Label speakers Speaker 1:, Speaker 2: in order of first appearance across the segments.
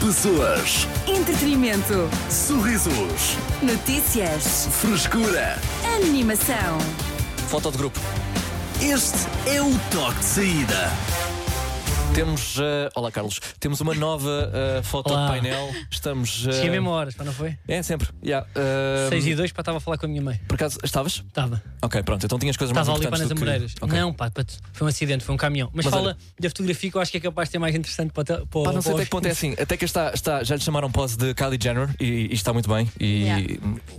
Speaker 1: Pessoas,
Speaker 2: Entretenimento.
Speaker 1: sorrisos,
Speaker 2: Notícias.
Speaker 1: frescura.
Speaker 2: Animação.
Speaker 3: Foto de grupo.
Speaker 1: Este é o toque de saída.
Speaker 3: Temos. eh, olá, Carlos. Temos uma nova eh, foto
Speaker 4: Olá.
Speaker 3: de painel. Estamos. eh,
Speaker 4: Cheguei mesmo a horas, pá, não foi?
Speaker 3: é, sempre. Yeah, eh,
Speaker 4: 6 e 2, pá, estava a falar com a minha mãe.
Speaker 3: Por acaso, estavas?
Speaker 4: Estava.
Speaker 3: Ok, pronto. Então tinhas coisas
Speaker 4: Estava
Speaker 3: mais
Speaker 4: ali para
Speaker 3: importantes.
Speaker 4: nas
Speaker 3: do que- Ok.
Speaker 4: Amoreiras. Não, pá, pá, foi um acidente, foi um caminhão. Mas,
Speaker 3: Mas
Speaker 4: fala
Speaker 3: olha-
Speaker 4: da fotografia que eu acho que é capaz de ser mais interessante para o. te- Para, o-
Speaker 3: Pá, não sei
Speaker 4: para
Speaker 3: até
Speaker 4: os-
Speaker 3: que ponto é assim. Até que está, está, já lhe chamaram pose de Kylie Jenner e, e está muito bem. E
Speaker 5: Yeah.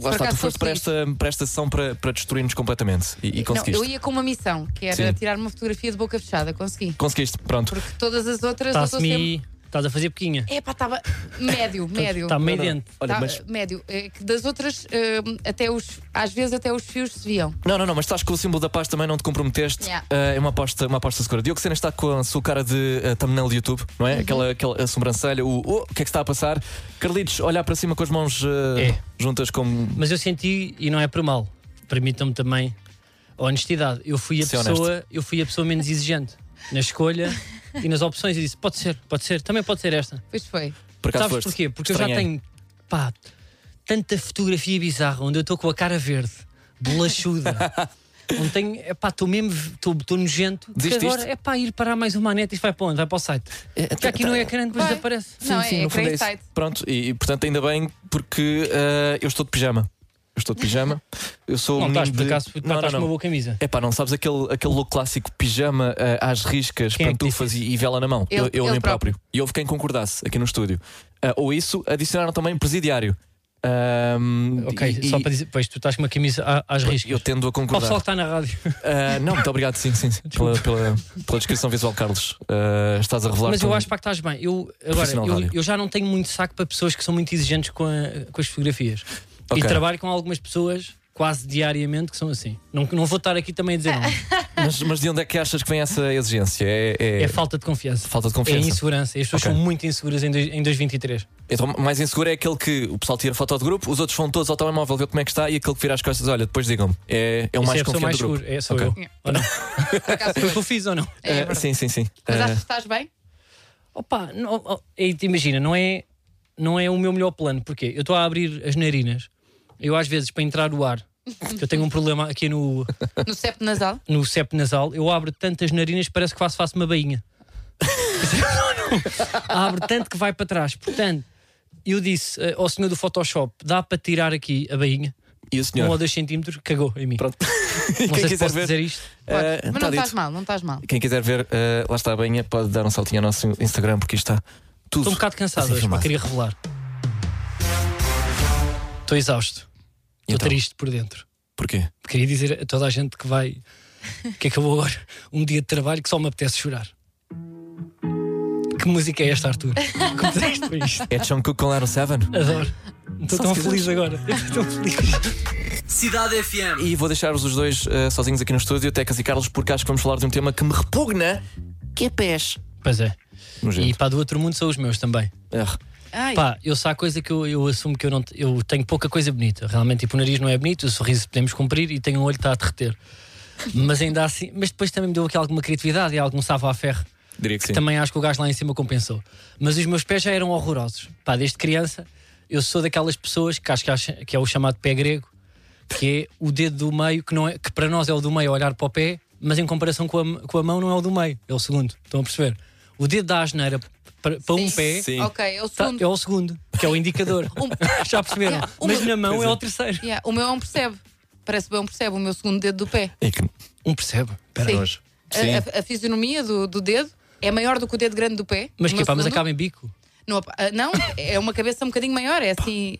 Speaker 3: lá está,
Speaker 5: acaso
Speaker 3: tu foste
Speaker 5: foste
Speaker 3: para esta, para esta sessão para, para destruir-nos completamente. E, e
Speaker 5: Não,
Speaker 3: conseguiste.
Speaker 5: eu ia com uma missão, que era
Speaker 3: Sim.
Speaker 5: tirar uma fotografia de boca fechada, consegui.
Speaker 3: Conseguiste, pronto.
Speaker 5: Porque todas as outras eu estou sempre.
Speaker 4: Está-se-me. Estás a fazer pequinha.
Speaker 5: É pá, estava médio, médio.
Speaker 4: Está meio dente.
Speaker 3: Olha,
Speaker 5: Tá,
Speaker 3: mas-
Speaker 5: Médio. É que das outras, hum, até os, às vezes até os fios se viam.
Speaker 3: Não, não, não, mas estás com o símbolo da paz também, não te comprometeste.
Speaker 5: Yeah.
Speaker 3: Eh, é uma aposta, uma aposta segura. Diogo Sena está com a sua cara de eh, thumbnail de YouTube, não é? Aquela, aquela a sobrancelha, o oh, o que é que está a passar? Carlitos, olhar para cima com as mãos eh,
Speaker 4: É.
Speaker 3: juntas como.
Speaker 4: Mas eu senti, e não é por mal, permitam-me também a honestidade. Eu fui a,
Speaker 3: Ser
Speaker 4: pessoa, eu fui a pessoa menos exigente na escolha e nas opções. E disse: pode ser, pode ser, também pode ser esta.
Speaker 5: Pois foi.
Speaker 3: Por acaso
Speaker 4: Sabes
Speaker 3: foste.
Speaker 4: porquê? Porque eu já
Speaker 3: Estranhei.
Speaker 4: tenho pá, tanta fotografia bizarra onde eu estou com a cara verde, bolachuda. Onde tenho, epá, estou mesmo, estou estou nojento. Que
Speaker 3: Desististe?
Speaker 4: agora é pá, ir parar mais uma maneta e isto vai para onde? Vai para o site.
Speaker 3: É,
Speaker 4: Porque aqui não é ecrã, depois
Speaker 5: Vai.
Speaker 4: desaparece.
Speaker 5: Não, é
Speaker 3: no fundo
Speaker 5: creio
Speaker 3: isso.
Speaker 5: site.
Speaker 3: Pronto, e, e, portanto ainda bem porque eh, eu estou de pijama. Eu estou de pijama. Eu sou o
Speaker 4: Não, estás
Speaker 3: menino
Speaker 4: por
Speaker 3: de-
Speaker 4: acaso, pá,
Speaker 3: Não, não,
Speaker 4: estás com uma
Speaker 3: não.
Speaker 4: boa camisa.
Speaker 3: É pá, não sabes aquele, aquele look clássico pijama eh, às riscas,
Speaker 4: Quem é que
Speaker 3: pantufas
Speaker 4: disse
Speaker 3: e, e vela na mão?
Speaker 5: Ele-
Speaker 3: eu eu
Speaker 5: ele
Speaker 3: nem próprio. E houve quem concordasse aqui no estúdio. Ah, ou isso, adicionaram também presidiário. Ahm,
Speaker 4: Ok,
Speaker 3: e-
Speaker 4: só
Speaker 3: e-
Speaker 4: para dizer, pois tu estás com uma camisa à- às riscas.
Speaker 3: Eu tendo a
Speaker 4: Para o
Speaker 3: concordar.
Speaker 4: pessoal que está na rádio.
Speaker 3: Ah, não, muito obrigado, sim, sim, sim, pela, pela, pela descrição visual, Carlos. Ah, estás a revelar.
Speaker 4: Mas eu
Speaker 3: com-
Speaker 4: acho pá, que estás bem. Eu, agora,
Speaker 3: Profissional de
Speaker 4: eu,
Speaker 3: rádio.
Speaker 4: eu já não tenho muito saco para pessoas que são muito exigentes com, a- com as fotografias.
Speaker 3: Ok.
Speaker 4: E trabalho com algumas pessoas quase diariamente que são assim. Não, não vou estar aqui também a dizer não.
Speaker 3: mas, mas de onde é que achas que vem essa exigência? É, é-
Speaker 4: É falta de confiança.
Speaker 3: Falta de
Speaker 4: É
Speaker 3: confiança.
Speaker 4: insegurança. As pessoas
Speaker 3: Ok.
Speaker 4: são muito inseguras em, dois- em 2023.
Speaker 3: Então, mais inseguro é aquele que o pessoal tira foto do grupo, os outros vão todos ao telemóvel ver como é que está e aquele que vira as costas, olha, depois digam-me. É, é o
Speaker 4: Isso
Speaker 3: mais
Speaker 4: é a pessoa
Speaker 3: confiante
Speaker 4: mais
Speaker 3: do grupo.
Speaker 4: segura. É, sou
Speaker 3: Ok.
Speaker 4: eu. Ou não?
Speaker 5: Por
Speaker 4: Foi
Speaker 5: acaso
Speaker 4: o que
Speaker 5: foi.
Speaker 4: eu fiz ou não?
Speaker 5: É,
Speaker 3: Ah,
Speaker 5: verdade.
Speaker 3: sim, sim, sim.
Speaker 5: Mas
Speaker 3: Ah,
Speaker 5: achas que estás bem?
Speaker 4: Opa, não, oh, é, imagina, não é, não é o meu melhor plano. Porquê? Eu estou a abrir as narinas. Eu, às vezes, para entrar o ar, eu tenho um problema aqui no,
Speaker 5: No septo nasal?
Speaker 4: no septo nasal, eu abro tantas narinas que parece que faço, faço uma bainha. abro tanto que vai para trás. Portanto, eu disse eh, ao senhor do Photoshop: dá para tirar aqui a bainha,
Speaker 3: e o
Speaker 4: um
Speaker 3: senhor?
Speaker 4: ou dois centímetros, cagou em mim.
Speaker 3: Pronto. E
Speaker 4: Não sei se posso dizer isto.
Speaker 5: Podes.
Speaker 3: eh,
Speaker 5: Mas
Speaker 3: tá
Speaker 5: não estás
Speaker 3: dito.
Speaker 5: mal, não estás mal.
Speaker 3: Quem quiser ver, eh, lá está a banha, pode dar um saltinho ao nosso Instagram, porque isto está tudo.
Speaker 4: Estou um bocado cansado
Speaker 3: assim
Speaker 4: hoje, pá,
Speaker 3: filmado.
Speaker 4: queria revelar. Estou exausto, estou
Speaker 3: Então,
Speaker 4: triste por dentro.
Speaker 3: Porquê?
Speaker 4: Queria dizer a toda a gente que vai, que acabou agora um dia de trabalho que só me apetece chorar. Que música é esta, Arthur? Como deste para isto?
Speaker 3: É John Cook com Laro 7?
Speaker 4: Adoro. Estou
Speaker 3: Só
Speaker 4: tão
Speaker 3: se
Speaker 4: feliz agora. Estou tão feliz.
Speaker 1: Cidade FM.
Speaker 3: E vou deixar-vos os dois eh, sozinhos aqui no estúdio, Tecas e Carlos, porque acho que vamos falar de um tema que me repugna, que é pés.
Speaker 4: Pois é.
Speaker 3: Nojento.
Speaker 4: E pá, do outro mundo são os meus também.
Speaker 3: Ah,
Speaker 5: Ai,
Speaker 4: Pá, eu sei a coisa que eu, eu assumo que eu não te- eu tenho pouca coisa bonita. Realmente, tipo, o nariz não é bonito, o sorriso podemos cumprir e tenho um olho que está a derreter. Mas ainda assim, mas depois também me deu aqui alguma criatividade e algum savo à ferro.
Speaker 3: diria que sim.
Speaker 4: Também acho que o gajo lá em cima compensou. Mas os meus pés já eram horrorosos. Pá, desde criança, eu sou daquelas pessoas que acho que, acha- que é o chamado pé grego, que é o dedo do meio, que, não é, que para nós é o do meio olhar para o pé, mas em comparação com a, com a mão não é o do meio, é o segundo. Estão a perceber? O dedo da asneira para, para um
Speaker 5: Sim. Um-
Speaker 4: pé
Speaker 3: Sim.
Speaker 5: ok, eu
Speaker 4: tá-
Speaker 5: sou um-
Speaker 4: é o segundo, que é o indicador. Já perceberam?
Speaker 5: Yeah, um-
Speaker 4: Mas na mão
Speaker 3: Pois
Speaker 4: é
Speaker 3: é.
Speaker 4: o terceiro.
Speaker 5: Yeah, o meu é um percebe. Parece bem um percebe, o meu segundo dedo do pé.
Speaker 3: E que-
Speaker 4: Um percebe.
Speaker 5: Sim. A-
Speaker 3: É Sim.
Speaker 5: A, a fisionomia do, do dedo é maior do que o dedo grande do pé.
Speaker 4: Mas
Speaker 5: O
Speaker 4: que
Speaker 5: meu
Speaker 4: pá, mas
Speaker 5: segundo.
Speaker 4: acaba em bico.
Speaker 5: Não, apa- ah, não, é uma cabeça um bocadinho maior, é assim.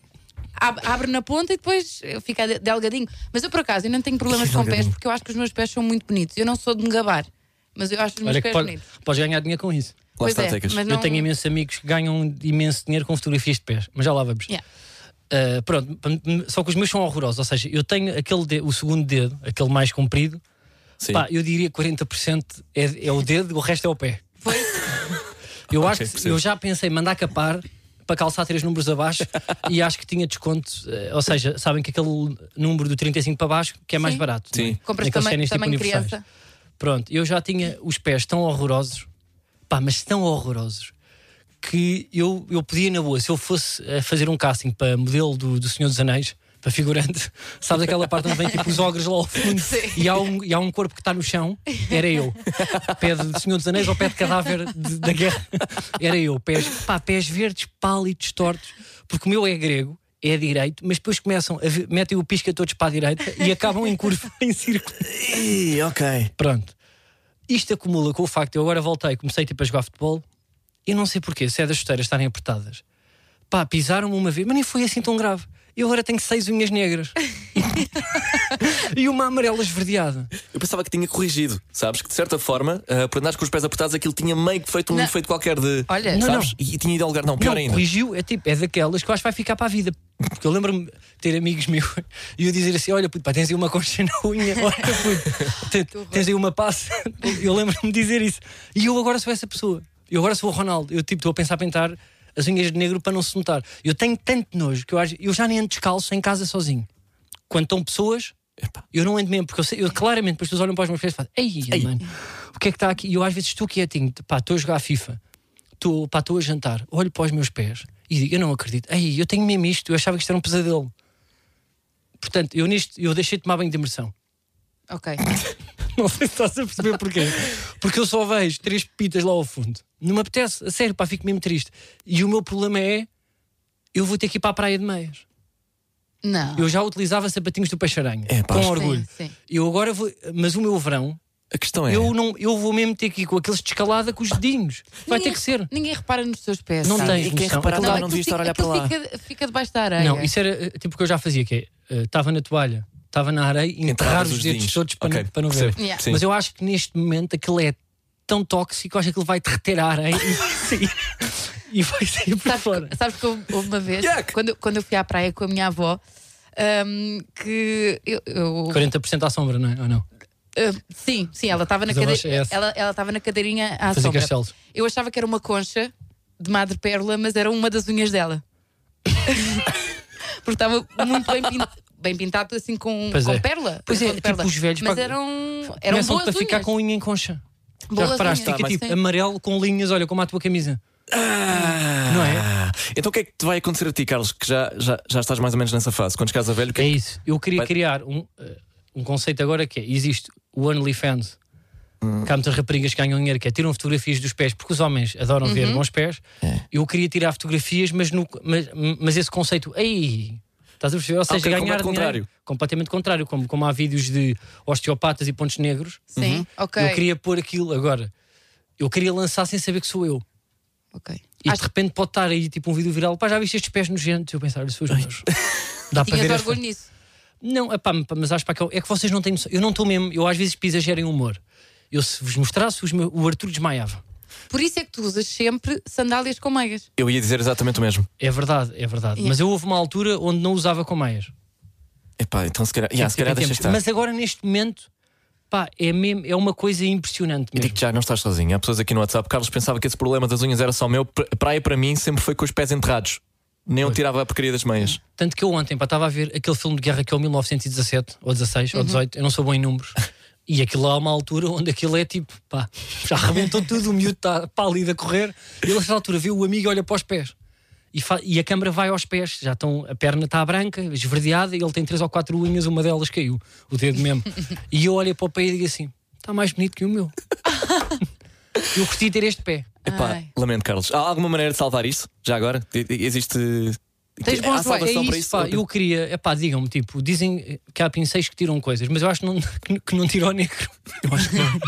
Speaker 5: ab- Abre na ponta e depois eh, fica de- delgadinho. Mas eu, por acaso, eu não tenho problemas com pés
Speaker 3: Delgadinho.
Speaker 5: porque eu acho que os meus pés são muito bonitos. Eu não sou de me gabar, mas eu acho os meus
Speaker 4: Olha que
Speaker 5: pés
Speaker 4: pode-
Speaker 5: bonitos.
Speaker 4: podes ganhar dinheiro com isso.
Speaker 3: Lá está,
Speaker 5: é,
Speaker 3: Tecas.
Speaker 5: mas
Speaker 4: Eu
Speaker 5: não-
Speaker 4: tenho imensos amigos que ganham imenso dinheiro com fotografias de pés, mas já lá vamos.
Speaker 5: Yeah.
Speaker 4: Uh, pronto, p- m- só que os meus são horrorosos, ou seja, eu tenho aquele de- o segundo dedo, aquele mais comprido,
Speaker 3: Sim.
Speaker 4: pá, eu diria que 40% é, é o dedo, o resto é o pé. Eu acho que se-
Speaker 3: percebo.
Speaker 4: eu já pensei em mandar capar para calçar três números abaixo e acho que tinha desconto, eh, ou seja, sabem que aquele número do 35 para baixo que é mais
Speaker 5: Sim.
Speaker 4: barato.
Speaker 3: Sim.
Speaker 4: não é?
Speaker 5: Compras
Speaker 4: Naqueles
Speaker 5: também,
Speaker 4: ténis tipo
Speaker 5: também
Speaker 4: universais.
Speaker 5: criança.
Speaker 4: Pronto, eu já tinha os pés tão horrorosos, pá, mas tão horrorosos, que eu, eu podia na boa, se eu fosse a fazer um casting para modelo do, do Senhor dos Anéis, para figurante, sabes aquela parte onde vem tipo os ogres lá ao fundo e há, um, e há um corpo que está no chão, era eu. Pé de Senhor dos Anéis ou pé de cadáver de- da guerra, era eu. Pés, pá, pés verdes, pálidos, tortos, porque o meu é grego. É direito, mas depois começam a ver- metem o pisca todos para a direita e acabam em curva, em círculo.
Speaker 3: Ih, ok.
Speaker 4: Pronto. Isto acumula com o facto de eu agora voltei, comecei tipo a jogar futebol e não sei porquê, se é das chuteiras estarem apertadas. Pá, pisaram-me uma vez, mas nem foi assim tão grave. Eu agora tenho seis unhas negras e uma amarela esverdeada.
Speaker 3: Eu pensava que tinha corrigido, sabes? Que de certa forma, ah, por andares com os pés apertados, aquilo tinha meio que feito um
Speaker 5: Não.
Speaker 3: efeito qualquer de.
Speaker 5: Olha. Não,
Speaker 3: sabes? E, e tinha ido ao lugar. Não, pior
Speaker 4: Ah, não,
Speaker 3: ainda.
Speaker 4: corrigiu, é tipo, é daquelas que eu acho que vai ficar para a vida. Porque eu lembro-me de ter amigos meus e eu dizer assim: olha, puto, pá, tens aí uma concha na unha, olha, puto, te- tens aí uma passa. Eu lembro-me de dizer isso. E eu agora sou essa pessoa. Eu agora sou o Ronaldo. Eu tipo, estou a pensar a pintar as unhas de negro para não se notar. Eu tenho tanto nojo que eu, acho- eu já nem ando descalço em casa sozinho. Quando estão pessoas, eu não ando mesmo, porque eu, sei, eu claramente, depois pessoas olham para os meus pés e fazem: Ei, mano, o que é que está aqui? E eu às vezes estou quietinho, pá, estou a jogar a FIFA, estou pá, estou a jantar, olho para os meus pés e digo: Eu não acredito, ei, eu tenho mesmo isto, eu achava que isto era um pesadelo. Portanto, eu nisto, eu deixei de tomar banho de imersão.
Speaker 5: Ok.
Speaker 4: Não sei se estás a perceber porquê. Porque eu só vejo três pepitas lá ao fundo. Não me apetece, a sério, pá, fico mesmo triste. E o meu problema é: eu vou ter que ir para a praia de meias.
Speaker 5: Não.
Speaker 4: Eu já utilizava sapatinhos do peixe-aranha,
Speaker 3: É, pá,
Speaker 4: com
Speaker 3: sim,
Speaker 4: orgulho.
Speaker 5: sim.
Speaker 4: Eu agora vou, mas o meu verão,
Speaker 3: A questão é.
Speaker 4: eu, não, eu vou mesmo ter que ir com aqueles de escalada com os dedinhos. Vai ter que ser.
Speaker 5: Ninguém repara nos teus pés.
Speaker 4: Não
Speaker 5: sabe? é
Speaker 4: tens
Speaker 3: E quem
Speaker 4: noção.
Speaker 3: reparar
Speaker 4: Aquilo-
Speaker 3: lá não devia estar a olhar para
Speaker 5: aquilo
Speaker 3: lá.
Speaker 5: Fica, fica debaixo da areia.
Speaker 4: Não, isso era eh, tipo o que eu já fazia, que é, eh, estava na toalha, estava na areia e enterrar
Speaker 3: Enterravas
Speaker 4: os,
Speaker 3: os
Speaker 4: dedos
Speaker 3: dedinhos.
Speaker 4: todos para,
Speaker 3: Ok,
Speaker 4: não, para não ver.
Speaker 3: percebo. Yeah. Sim.
Speaker 4: Mas eu acho que neste momento aquilo é tão tóxico, eu acho que aquilo vai derreter a areia e vai sair, e vai sair para
Speaker 5: Sabes,
Speaker 4: é fora.
Speaker 5: que- sabes que houve houve uma vez,
Speaker 3: Yuck!
Speaker 5: quando, quando eu fui à praia com a minha avó, hum, que eu. eu-
Speaker 4: 40% à sombra, não é? Ou não?
Speaker 5: hum, sim, sim, ela estava na
Speaker 4: Mas eu acho
Speaker 5: cadeirinha.
Speaker 4: essa.
Speaker 5: Ela, ela estava na cadeirinha à
Speaker 4: Fazer
Speaker 5: sombra.
Speaker 4: castelos.
Speaker 5: Eu achava que era uma concha de madrepérola, mas era uma das unhas dela. Porque estava muito bem pintado. Bem pintado assim com,
Speaker 4: Pois
Speaker 5: com
Speaker 4: é.
Speaker 5: pérola.
Speaker 4: Pois é,
Speaker 5: com
Speaker 4: tipo
Speaker 5: pérola.
Speaker 4: os velhos,
Speaker 5: Mas
Speaker 4: pá,
Speaker 5: eram, eram
Speaker 4: Começam
Speaker 5: boas
Speaker 4: para ficar
Speaker 5: unhas.
Speaker 4: com um- a unha em concha.
Speaker 5: Boas
Speaker 4: Já reparaste?
Speaker 5: unhas.
Speaker 3: Tá
Speaker 4: Fica tipo
Speaker 5: Sim.
Speaker 4: amarelo com linhas, olha, como a tua camisa. Não é?
Speaker 3: Ah, Então o que é que te vai acontecer a ti, Carlos? Que já, já, já estás mais ou menos nessa fase. Quando chegares a velho, o que
Speaker 4: É
Speaker 3: é que-
Speaker 4: isso. Eu queria
Speaker 3: Vai-
Speaker 4: criar um, eh, um conceito agora que é: existe o OnlyFans. Que há muitas raparigas que ganham dinheiro, que é tiram fotografias dos pés, porque os homens adoram
Speaker 5: Uhum.
Speaker 4: ver bons pés. Eu queria tirar fotografias, mas, no- mas, mas esse conceito, aí estás a perceber? Ou seja,
Speaker 3: ok,
Speaker 4: ganhar
Speaker 3: completamente
Speaker 4: dinheiro,
Speaker 3: contrário.
Speaker 4: completamente contrário, como, como há vídeos de osteopatas e pontos negros.
Speaker 5: Sim, ok.
Speaker 4: Uhum. Eu queria pôr aquilo agora. Eu queria lançar sem saber que sou eu.
Speaker 5: ok.
Speaker 4: E
Speaker 5: Acho
Speaker 4: de repente pode estar aí tipo um vídeo viral, pá, já viste estes pés nojentos? Eu pensar, olha, são os meus. Dá
Speaker 5: que
Speaker 4: para ver
Speaker 5: tinhas
Speaker 4: esta-
Speaker 5: orgulho nisso.
Speaker 4: não, epá, m- pá, mas acho pá, que eu- é que vocês não têm noção. Eu não estou mesmo, eu às vezes exagerem o humor. Eu se vos mostrasse, os meu- o Arthur desmaiava.
Speaker 5: Por isso é que tu usas sempre sandálias com meias.
Speaker 3: eu ia dizer exatamente o mesmo.
Speaker 4: É verdade, é verdade.
Speaker 5: Yeah.
Speaker 4: Mas eu houve uma altura onde não usava com meias.
Speaker 3: Epá, então se calhar, yeah, se
Speaker 4: Tipo,
Speaker 3: calhar
Speaker 4: em
Speaker 3: deixa
Speaker 4: tempos.
Speaker 3: estar.
Speaker 4: Mas agora neste momento, pá, é, mesmo, é uma coisa impressionante
Speaker 3: Eu
Speaker 4: mesmo.
Speaker 3: digo já, não estás sozinho. Há pessoas aqui no WhatsApp. Carlos pensava que esse problema das unhas era só meu. Pra- Praia para mim sempre foi com os pés enterrados. Nem eu tirava a porcaria das meias.
Speaker 4: Tanto que eu ontem pá, estava a ver aquele filme de guerra que é o 1917, ou 16, ou 18, eu não sou bom em números. E aquilo lá há uma altura onde aquilo é tipo, pá, já arrebentou tudo, o miúdo está pálido a correr. E ele, a essa altura, vê o amigo e olha para os pés. E, fa- e a câmara vai aos pés, já estão, a perna está branca, esverdeada, e ele tem três ou quatro unhas, uma delas caiu, o dedo mesmo. E eu olho para o pé e digo assim: está mais bonito que o meu. eu curti ter este pé.
Speaker 3: Epá,
Speaker 5: Ai.
Speaker 3: lamento, Carlos. Há alguma maneira de salvar isso? Já agora? E- e- Existe.
Speaker 5: Tens
Speaker 3: Há
Speaker 5: bons
Speaker 3: salvação
Speaker 4: É isso,
Speaker 3: para isso?
Speaker 4: pá, eu queria, é pá, digam-me, tipo, dizem que há pincéis que tiram coisas, mas eu acho que não, que, que não tira ao negro. Eu acho que não.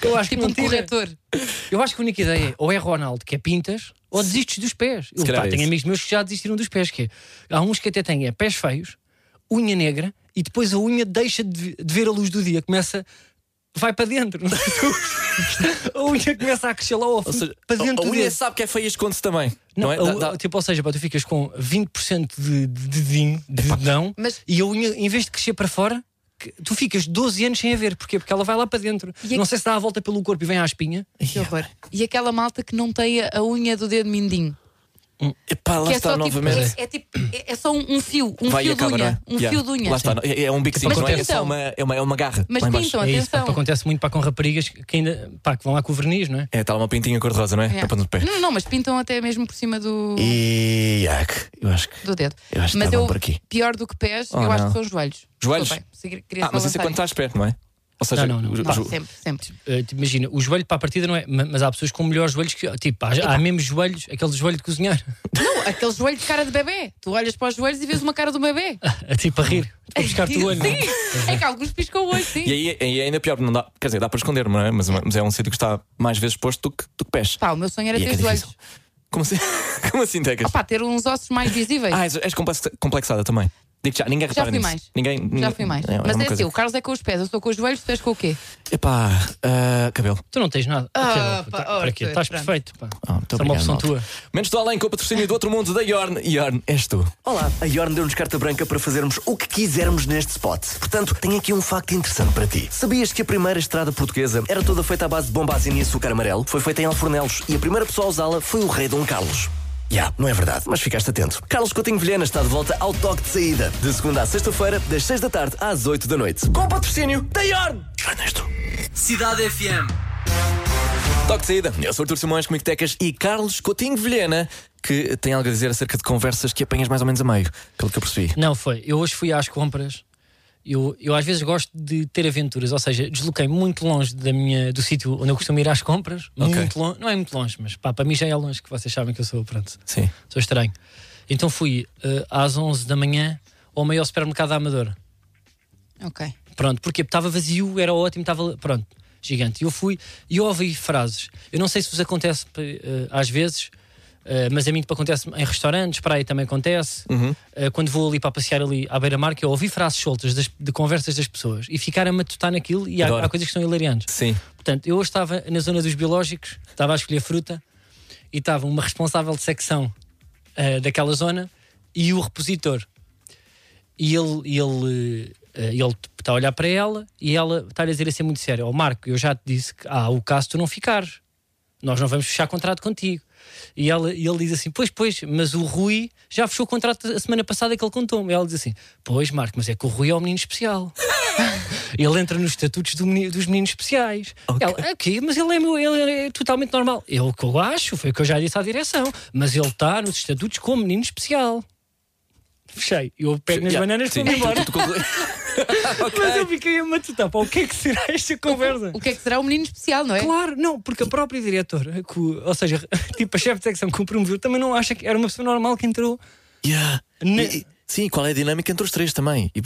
Speaker 4: Eu acho que
Speaker 5: Tipo
Speaker 4: não
Speaker 5: um
Speaker 4: tira.
Speaker 5: corretor.
Speaker 4: Eu acho que a única ideia é ou é Ronaldo, que é pintas, ou desistes dos pés. Eu,
Speaker 3: calhar
Speaker 4: pá,
Speaker 3: é
Speaker 4: tenho
Speaker 3: isso.
Speaker 4: amigos meus que já desistiram dos pés, que é, há uns que até têm é, pés feios, unha negra, e depois a unha deixa de, ve- de ver a luz do dia, começa, vai para dentro. a unha começa a crescer lá ao
Speaker 3: Ou
Speaker 4: fundo,
Speaker 3: seja,
Speaker 4: para
Speaker 3: a-
Speaker 4: dentro
Speaker 3: a
Speaker 4: do
Speaker 3: unha
Speaker 4: dedo.
Speaker 3: sabe que é feia e esconde-se também. Não,
Speaker 4: Não,
Speaker 3: é?
Speaker 4: a-
Speaker 3: Dá- dá-
Speaker 4: Tipo, ou seja, pá, tu ficas com 20% de, de dedinho, de dedão,
Speaker 5: Mas-
Speaker 4: e a unha, em vez de crescer para fora, que- tu ficas 12 anos sem a ver. Porquê? Porque ela vai lá para dentro.
Speaker 5: E
Speaker 4: Não
Speaker 5: é-
Speaker 4: sei se dá a volta pelo corpo e é vem à espinha.
Speaker 5: Que horror. E aquela malta que não tem a a unha do dedo mindinho.
Speaker 3: Epá, lá
Speaker 5: que é
Speaker 3: está
Speaker 5: só
Speaker 3: novamente.
Speaker 5: tipo. É, é tipo- é- é só um, um fio, um
Speaker 3: Vai e
Speaker 5: fio de
Speaker 3: acaba, não
Speaker 5: unha.
Speaker 3: é?
Speaker 5: Um
Speaker 3: Yeah.
Speaker 5: fio de unha.
Speaker 3: Lá está, é é um bico
Speaker 5: Mas
Speaker 3: não é? É
Speaker 5: pintam.
Speaker 3: só uma, é uma, é uma garra.
Speaker 5: Mas
Speaker 3: lá em baixo.
Speaker 5: pintam,
Speaker 4: É isso, pá,
Speaker 5: atenção.
Speaker 4: que acontece muito pá, com raparigas que ainda pá, que vão lá com o verniz, não é?
Speaker 3: É, está lá uma pintinha cor-de-rosa, não é?
Speaker 5: É.
Speaker 3: Na ponta do pé.
Speaker 5: Não, não, mas pintam até mesmo por cima do,
Speaker 3: E. Iac, eu acho que.
Speaker 5: do dedo.
Speaker 3: Eu acho que
Speaker 5: mas
Speaker 3: tá bom
Speaker 5: eu,
Speaker 3: por aqui.
Speaker 5: pior do que pés,
Speaker 3: Oh,
Speaker 5: eu acho
Speaker 3: não.
Speaker 5: que são os joelhos.
Speaker 3: Joelhos?
Speaker 5: Desculpem, se queria
Speaker 3: Ah, mas isso é
Speaker 5: avançar
Speaker 3: quando
Speaker 5: nisso.
Speaker 3: estás perto, não é? Ou seja,
Speaker 4: Não, não, não.
Speaker 3: o-
Speaker 5: Não,
Speaker 3: o-
Speaker 5: sempre, sempre.
Speaker 4: Eh, tipo, imagina, o joelho para a partida não é, ma- mas há pessoas com melhores joelhos que. Tipo, há, há mesmo joelhos, aquele joelho de cozinhar,
Speaker 5: Não, aquele joelho de cara de bebê. Tu olhas para os joelhos e vês uma cara do bebê.
Speaker 4: tipo a rir, a buscar-te o olho. não é?
Speaker 5: Sim, é que alguns piscam o olho, sim.
Speaker 3: E aí, aí é ainda pior, não dá, quer dizer, dá para esconder, não é? Mas, mas é um sítio que está mais vezes exposto do que, do que pés.
Speaker 5: Pá, o meu sonho era
Speaker 3: E é
Speaker 5: ter
Speaker 3: que é
Speaker 5: joelhos.
Speaker 3: difícil. Como assim, como assim Tecas?
Speaker 5: Ah, pá, ter uns ossos mais visíveis.
Speaker 3: Ah, és, és complexa- complexada também. Digo já, ninguém
Speaker 5: é Já
Speaker 3: repara
Speaker 5: fui
Speaker 3: nisso.
Speaker 5: mais.
Speaker 3: Ninguém,
Speaker 5: Já
Speaker 3: ninguém-
Speaker 5: fui mais.
Speaker 3: uma
Speaker 5: mas é
Speaker 3: coisa-
Speaker 5: assim, o Carlos é com os pés, eu sou com os joelhos, tu és com o quê?
Speaker 3: Epá, ah, cabelo.
Speaker 4: Tu não tens nada.
Speaker 5: Ah,
Speaker 4: Aquilo,
Speaker 5: pá,
Speaker 4: tá- para quê?
Speaker 5: ok,
Speaker 4: Estás
Speaker 5: pronto.
Speaker 4: perfeito. Pá.
Speaker 3: Ah, muito
Speaker 4: Isso é uma
Speaker 3: obrigado,
Speaker 4: opção
Speaker 3: malta.
Speaker 4: tua.
Speaker 3: Menos do além com o patrocínio do outro mundo da Yorn. Yorn, és tu.
Speaker 1: Olá, a Yorn deu-nos carta branca para fazermos o que quisermos neste spot. Portanto, tenho aqui um facto interessante para ti. Sabias que a primeira estrada portuguesa era toda feita à base de bombazina e açúcar amarelo? Foi feita em alfornelos e a primeira pessoa a usá-la foi o rei Dom Carlos. Já, não é verdade, mas ficaste atento. Carlos Coutinho Vilhena está de volta ao toque de saída. De segunda à sexta-feira, das seis da tarde às oito da noite. Com o patrocínio da Yorn. Ernesto.
Speaker 6: Cidade FM.
Speaker 3: Toque de saída. Eu sou Artur Simões, comigo Tecas e Carlos Coutinho Vilhena, que tem algo a dizer acerca de conversas que apanhas mais ou menos a meio, pelo que eu percebi.
Speaker 4: Não, foi. Eu hoje fui às compras. Eu, eu às vezes gosto de ter aventuras, ou seja, desloquei muito longe da minha, do sítio onde eu costumo ir às compras.
Speaker 3: Ok.
Speaker 4: Muito longe, não é muito longe, mas pá, para mim já é longe, que vocês sabem que eu sou, pronto,
Speaker 3: Sim.
Speaker 4: sou estranho. Então fui eh, às 11 da manhã ao maior supermercado da Amadora.
Speaker 5: Ok.
Speaker 4: Pronto, porquê? Porque estava vazio, era ótimo, estava. Pronto, gigante. E eu fui e eu ouvi frases. Eu não sei se vos acontece p- eh, às vezes, eh, mas a mim tipo, acontece em restaurantes, praia também acontece. Eh, quando vou ali para passear ali à beira-mar, que eu ouvi frases soltas das- de conversas das pessoas e ficar a matutar naquilo e há,
Speaker 3: Adoro.
Speaker 4: há coisas que são hilariantes.
Speaker 3: Sim.
Speaker 4: Portanto, eu hoje estava na zona dos biológicos, estava a escolher fruta e estava uma responsável de secção eh, daquela zona e o repositor. E ele e ele eh, ele está a olhar para ela e ela está a dizer assim muito sério: Ó Marco, eu já te disse que há o caso de tu não ficares. Nós não vamos fechar contrato contigo. E, ela, e ele diz assim: Pois, pois, mas o Rui já fechou o contrato a semana passada que ele contou-me. E ela diz assim: Pois, Marco, mas é que o Rui é um menino especial. Ele entra nos estatutos do meni- dos meninos especiais. Ela, ok, mas ele é, meu, ele é totalmente normal. É o que eu acho, foi o que eu já disse à direção. Mas ele está nos estatutos como menino especial. Fechei. Eu pego nas
Speaker 3: Já,
Speaker 4: bananas e
Speaker 3: sim.
Speaker 4: vou embora.
Speaker 3: Tu- tu- tu-
Speaker 4: Mas eu fiquei a matutar. Pá, o que é que será esta conversa?
Speaker 5: O que é que será o menino especial, não é?
Speaker 4: Claro, não, porque a própria diretora, que o- ou seja, tipo a chefe de secção que o promoveu, também não acha que era uma pessoa normal que entrou.
Speaker 3: Yeah.
Speaker 4: Ne-
Speaker 3: E- e- Sim, qual é a dinâmica entre os três também? E,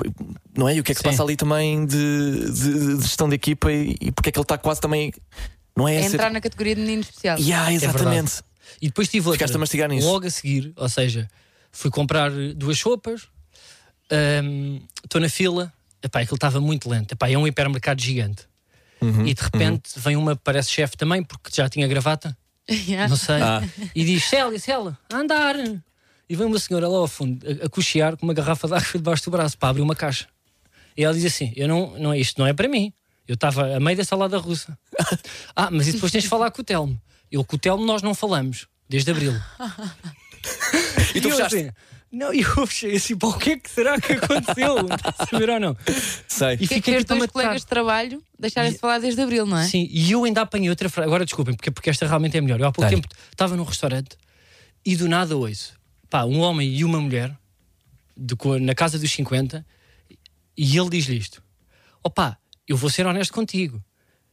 Speaker 3: não é? E o que é que se
Speaker 4: Sim.
Speaker 3: passa ali também de, de- de gestão de equipa e, e porque é que ele está quase também. Não é?
Speaker 5: É
Speaker 3: a ser-
Speaker 5: entrar na categoria de menino especial.
Speaker 3: Yeah,
Speaker 4: verdade.
Speaker 3: exatamente.
Speaker 4: E depois tive outra.
Speaker 3: Ficaste a mastigar nisso.
Speaker 4: Logo a seguir, ou seja, fui comprar eh, duas sopas, ahm, estou na fila, epá, aquilo estava muito lento, epá, é um hipermercado gigante.
Speaker 3: Uhum,
Speaker 4: e de repente vem uma, parece chefe também, porque já tinha gravata,
Speaker 5: Yeah.
Speaker 4: não sei, Ah. e diz: Célia, Célia, a andar. E vem uma senhora lá ao fundo a, a cochear com uma garrafa de água debaixo do braço para abrir uma caixa. E ela diz assim: eu não, não, Isto não é para mim. Eu estava a meio da salada russa. ah, mas e depois tens de falar com o Telmo. Eu com o Telmo nós não falamos, desde abril.
Speaker 3: E tu
Speaker 4: eu
Speaker 3: fechaste?
Speaker 4: assim, não, e eu fechei assim, pá, o que é que será que aconteceu? Estás a saber ou não?
Speaker 3: Sei.
Speaker 4: E
Speaker 5: O que é que os
Speaker 4: tipo a
Speaker 5: teus
Speaker 4: matutar.
Speaker 5: colegas de trabalho deixarem-se falar desde abril, não é?
Speaker 4: Sim, e eu ainda apanhei outra frase. Agora desculpem, porque, porque esta realmente é melhor. Eu há pouco
Speaker 3: Dá-lhe.
Speaker 4: tempo estava num restaurante e do nada ouço pá, um homem e uma mulher de co- na casa dos 50 e ele diz-lhe isto: opá, eu vou ser honesto contigo.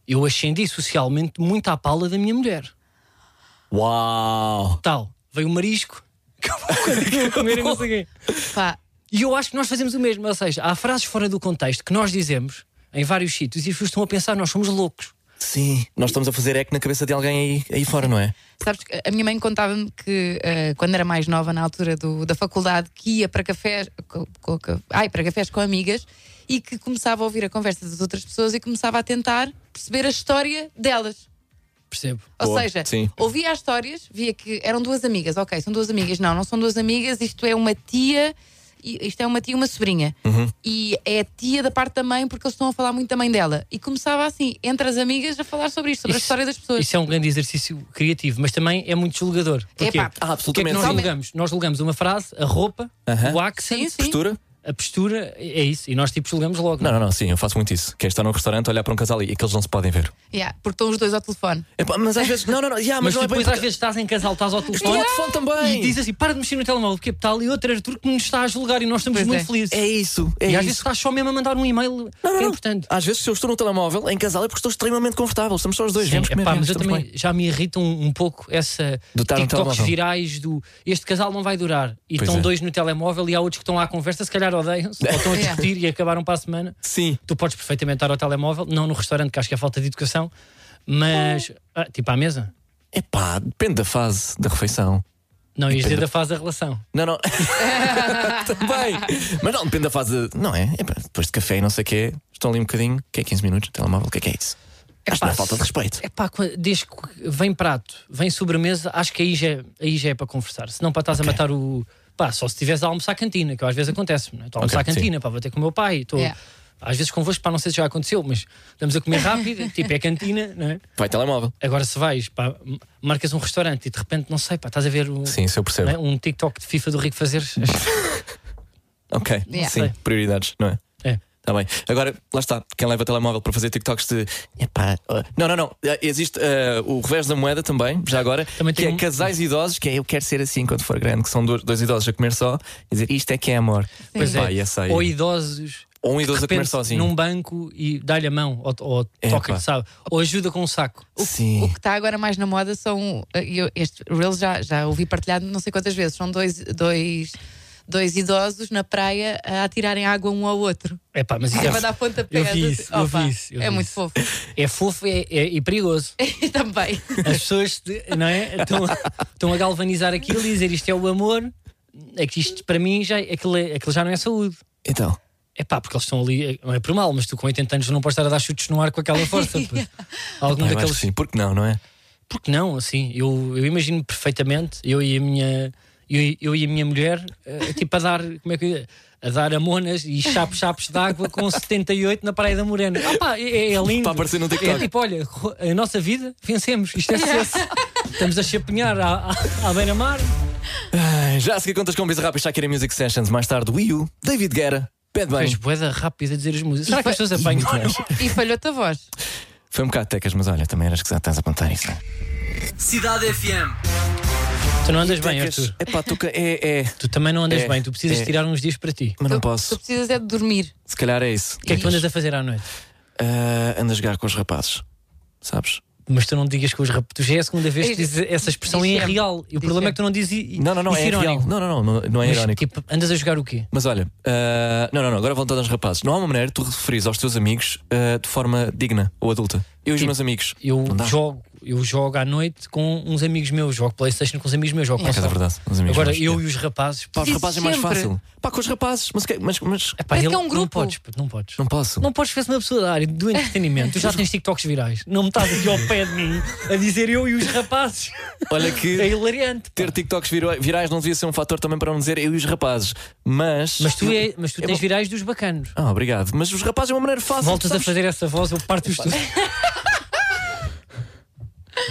Speaker 4: Eu ascendi socialmente muito à pala da minha mulher.
Speaker 3: Uau!
Speaker 4: Tal, veio o marisco. Acabou a comer e não sei o quê.
Speaker 5: Pá,
Speaker 4: E eu acho que nós fazemos o mesmo. Ou seja, há frases fora do contexto que nós dizemos em vários sítios e as pessoas estão a pensar, nós somos loucos.
Speaker 3: Sim, nós estamos a fazer eco na cabeça de alguém aí, aí fora, não é?
Speaker 5: Sabes que a minha mãe contava-me que eh, quando era mais nova, na altura do- da faculdade, que ia para cafés, co- co- co- ai, para cafés com amigas e que começava a ouvir a conversa das outras pessoas e começava a tentar perceber a história delas.
Speaker 4: Percebo.
Speaker 5: Ou
Speaker 3: Boa,
Speaker 5: seja,
Speaker 3: sim.
Speaker 5: ouvia as histórias, via que eram duas amigas, ok, são duas amigas, não, não são duas amigas, isto é uma tia e isto é uma tia e uma sobrinha.
Speaker 4: Uhum.
Speaker 5: E é a tia da parte da mãe, porque eles estão a falar muito da mãe dela. E começava assim, entre as amigas, a falar sobre isto, sobre a história das pessoas.
Speaker 4: Isso é um grande exercício criativo, mas também é muito julgador. Porquê?
Speaker 5: Epá,
Speaker 3: Ah,
Speaker 4: O que é que
Speaker 3: absolutamente.
Speaker 4: nós
Speaker 5: Sim.
Speaker 4: julgamos? Nós julgamos uma frase, a roupa,
Speaker 3: Aham.
Speaker 4: o accent,
Speaker 5: Sim, sim.
Speaker 3: Postura?
Speaker 4: a postura, é isso. E nós tipo julgamos logo.
Speaker 3: assim? Não, não, não, sim, eu faço muito isso. Quem está num restaurante, olhar para um casal e aqueles não se podem ver.
Speaker 5: Yeah, porque estão os dois ao telefone.
Speaker 3: Epá, mas às vezes. Não, não, não, yeah,
Speaker 4: Mas,
Speaker 3: mas,
Speaker 4: tipo,
Speaker 3: não é bem.
Speaker 4: depois às vezes estás em casal, estás ao
Speaker 3: Estou
Speaker 4: telefone
Speaker 3: no telefone também.
Speaker 4: e diz assim: para de mexer no telemóvel, porque tal e outro Arthur que nos está a julgar e nós estamos
Speaker 5: Pois
Speaker 4: muito
Speaker 5: é.
Speaker 4: felizes.
Speaker 3: É isso, é
Speaker 4: e às
Speaker 3: isso.
Speaker 4: vezes estás só mesmo a mandar um e-mail que é importante.
Speaker 3: Às vezes, se eu estou no telemóvel, em casal, é porque estou extremamente confortável. Estamos só os dois.
Speaker 4: Sim,
Speaker 3: Vamos comer,
Speaker 4: epá,
Speaker 3: vamos,
Speaker 4: mas eu
Speaker 3: é estamos
Speaker 4: também
Speaker 3: bem.
Speaker 4: já me irritam um, um pouco essa
Speaker 3: Do estar no
Speaker 4: TikToks
Speaker 3: telemóvel.
Speaker 4: virais do este casal não vai durar. E
Speaker 3: Pois
Speaker 4: estão
Speaker 3: é.
Speaker 4: dois no telemóvel e há outros que estão lá à conversa, se calhar odeiam-se, ou estão a
Speaker 5: Yeah.
Speaker 4: discutir e acabaram para a semana.
Speaker 3: Sim.
Speaker 4: Tu podes perfeitamente estar ao telemóvel, não no restaurante, que acho que é falta de educação, mas ah, tipo à mesa.
Speaker 3: Epá, depende da fase da refeição.
Speaker 4: Não, ias dizer
Speaker 3: Pedro.
Speaker 4: da fase da relação.
Speaker 3: Não, não. Também. Mas não, depende da fase. de- Não é? Epá, depois de café e não sei o quê, estão ali um bocadinho. O que é 15 minutos? Telemóvel, o que é que é isso? Acho que não é
Speaker 4: Epá,
Speaker 3: falta de respeito.
Speaker 4: É pá, desde que vem prato, vem sobremesa, acho que aí já é, aí já é para conversar. Se não, para estás
Speaker 3: Ok.
Speaker 4: a matar o. Pá, só se estiveres a almoçar à cantina, que às vezes acontece. Não é? Estou a
Speaker 3: Ok,
Speaker 4: almoçar à cantina, pá, vou ter com o meu pai. Estou,
Speaker 5: Yeah.
Speaker 4: Às vezes convosco, pá, não sei se já aconteceu, mas estamos a comer rápido, tipo é cantina, não é?
Speaker 3: Vai, telemóvel.
Speaker 4: Agora se vais, pá, m- marcas um restaurante e de repente, não sei, pá, estás a ver o,
Speaker 3: Sim, isso eu percebo.
Speaker 4: não é? um TikTok de FIFA do Rico Fazeres.
Speaker 3: Ok,
Speaker 5: Yeah.
Speaker 3: sim, prioridades, não é?
Speaker 4: É.
Speaker 3: Está bem. Agora, lá está. Quem leva telemóvel para fazer TikToks de. Epá, ah, não, não, não. Ah, Existe ah, o revés da moeda também, já agora.
Speaker 4: Também
Speaker 3: que
Speaker 4: tem
Speaker 3: é
Speaker 4: um-
Speaker 3: casais idosos, que é eu quero ser assim quando for grande, que são dois, dois idosos a comer só e dizer isto é que é amor.
Speaker 4: Pois
Speaker 3: Pá,
Speaker 4: é.
Speaker 3: e essa aí.
Speaker 4: Ou idosos.
Speaker 3: Ou um idoso
Speaker 4: de
Speaker 3: a comer
Speaker 4: repente,
Speaker 3: sozinho.
Speaker 4: num banco e dá-lhe a mão, ou, ou
Speaker 3: É, pá.
Speaker 4: toca-lhe, sabe? Ou ajuda com um saco.
Speaker 3: Sim.
Speaker 5: O que está agora mais na moda são. eh, Eu, este Reels já, já ouvi partilhado não sei quantas vezes. São dois, dois, dois idosos na praia a atirarem água um ao outro.
Speaker 4: É pá, mas isso
Speaker 5: Para
Speaker 4: é,
Speaker 5: dar pontapés.
Speaker 4: Eu vi isso, eu
Speaker 5: Opa,
Speaker 4: vi isso, eu
Speaker 5: é
Speaker 4: vi
Speaker 5: muito
Speaker 4: isso.
Speaker 5: fofo.
Speaker 4: é fofo é- é- e perigoso.
Speaker 5: Também.
Speaker 4: As pessoas de- não é? estão, estão a galvanizar aquilo e dizer isto é o amor, é que isto para mim já, aquilo, é- aquilo já não é saúde.
Speaker 3: Então.
Speaker 4: É pá, porque eles estão ali, é- não é por mal, mas tu com 80 anos não podes estar a dar chutes no ar com aquela força. pô.
Speaker 3: Pá,
Speaker 4: Algum
Speaker 3: eu acho que
Speaker 4: um daqueles.
Speaker 3: sim, porque não, não é?
Speaker 4: Porque não, assim, eu, eu imagino perfeitamente, eu e a minha, eu, e- eu e a minha mulher, eh, tipo a dar, como é que eu ia- a dar amonas e chapos chapos de água com 78 na Praia da Morena. Ah pá, é, é lindo.
Speaker 3: Para Tá aparecer no TikTok.
Speaker 4: É tipo, olha, ro- a nossa vida, vencemos, isto é sucesso. Estamos a chapinhar à, à, à beira-mar.
Speaker 3: Ah, Já a seguir contas com o Bizarrap e Shakira Music Sessions. Mais tarde, Wii U, David Guerra, Bad
Speaker 4: Mas
Speaker 3: Bunny.
Speaker 4: boeda rápida a dizer as músicas. Será que as pessoas
Speaker 3: E
Speaker 4: apanham?
Speaker 3: muito mais.
Speaker 5: E falhou-te a voz.
Speaker 3: Foi um bocado tecas, mas olha, também eras que estás a apontar isso. não é?
Speaker 6: Cidade FM.
Speaker 4: Tu não andas bem,
Speaker 3: Tecas,
Speaker 4: Arthur.
Speaker 3: Epá, tu, ca- é, é,
Speaker 4: Tu também não andas
Speaker 3: É,
Speaker 4: bem, tu precisas
Speaker 3: é.
Speaker 4: tirar uns dias para ti.
Speaker 3: mas não
Speaker 5: Tu-
Speaker 3: posso.
Speaker 5: Tu precisas é de dormir.
Speaker 3: Se calhar é isso.
Speaker 4: O que é que tu andas a fazer à noite?
Speaker 3: Ah, ando a jogar com os rapazes, sabes?
Speaker 4: Mas tu não digas que os rap... Tu já é a segunda vez que
Speaker 5: Ei,
Speaker 4: dizes essa expressão
Speaker 5: diz
Speaker 4: e é
Speaker 5: sempre,
Speaker 4: real. E o
Speaker 5: diz
Speaker 4: problema é
Speaker 5: sempre.
Speaker 4: que tu não dizes.
Speaker 3: Não, não, não,
Speaker 4: isso
Speaker 3: é real.
Speaker 4: irónico.
Speaker 3: Não, não, não, não é
Speaker 4: Mas,
Speaker 3: irónico.
Speaker 4: Tipo, andas a jogar o quê?
Speaker 3: Mas olha, ah, não, não, não, agora vão todos os rapazes. Não há uma maneira de tu referires aos teus amigos ah, de forma digna ou adulta. Eu e os
Speaker 4: Tipo,
Speaker 3: meus amigos.
Speaker 4: Eu
Speaker 3: dá.
Speaker 4: jogo, eu jogo à noite com uns amigos meus, jogo Playstation com uns amigos meus, jogo
Speaker 3: Por acaso é
Speaker 4: console.
Speaker 3: verdade, os amigos.
Speaker 4: Agora
Speaker 3: meus. É.
Speaker 4: eu e os rapazes.
Speaker 3: Pá, os
Speaker 5: Dizes
Speaker 3: rapazes é mais
Speaker 5: sempre.
Speaker 3: fácil. Pá, com os rapazes, mas, o quê? mas, mas
Speaker 4: Epá,
Speaker 5: Parece que é um
Speaker 4: Não
Speaker 5: grupo.
Speaker 4: podes, puto, não podes.
Speaker 3: não posso.
Speaker 4: Não podes fazer uma pessoa da área do entretenimento. Tu já tens TikToks virais. Não me estás aqui ao pé de mim a dizer eu e os rapazes.
Speaker 3: Olha
Speaker 4: É
Speaker 3: que
Speaker 4: hilariante. pá.
Speaker 3: ter TikToks vira- virais não devia ser um fator também para não dizer eu e os rapazes. Mas.
Speaker 4: Mas tu, é, mas tu
Speaker 3: Eu-
Speaker 4: tens virais dos bacanos.
Speaker 3: Ah, obrigado. Mas os rapazes é uma maneira fácil.
Speaker 4: Voltas a
Speaker 3: sabes?
Speaker 4: fazer essa voz, eu parto os teus.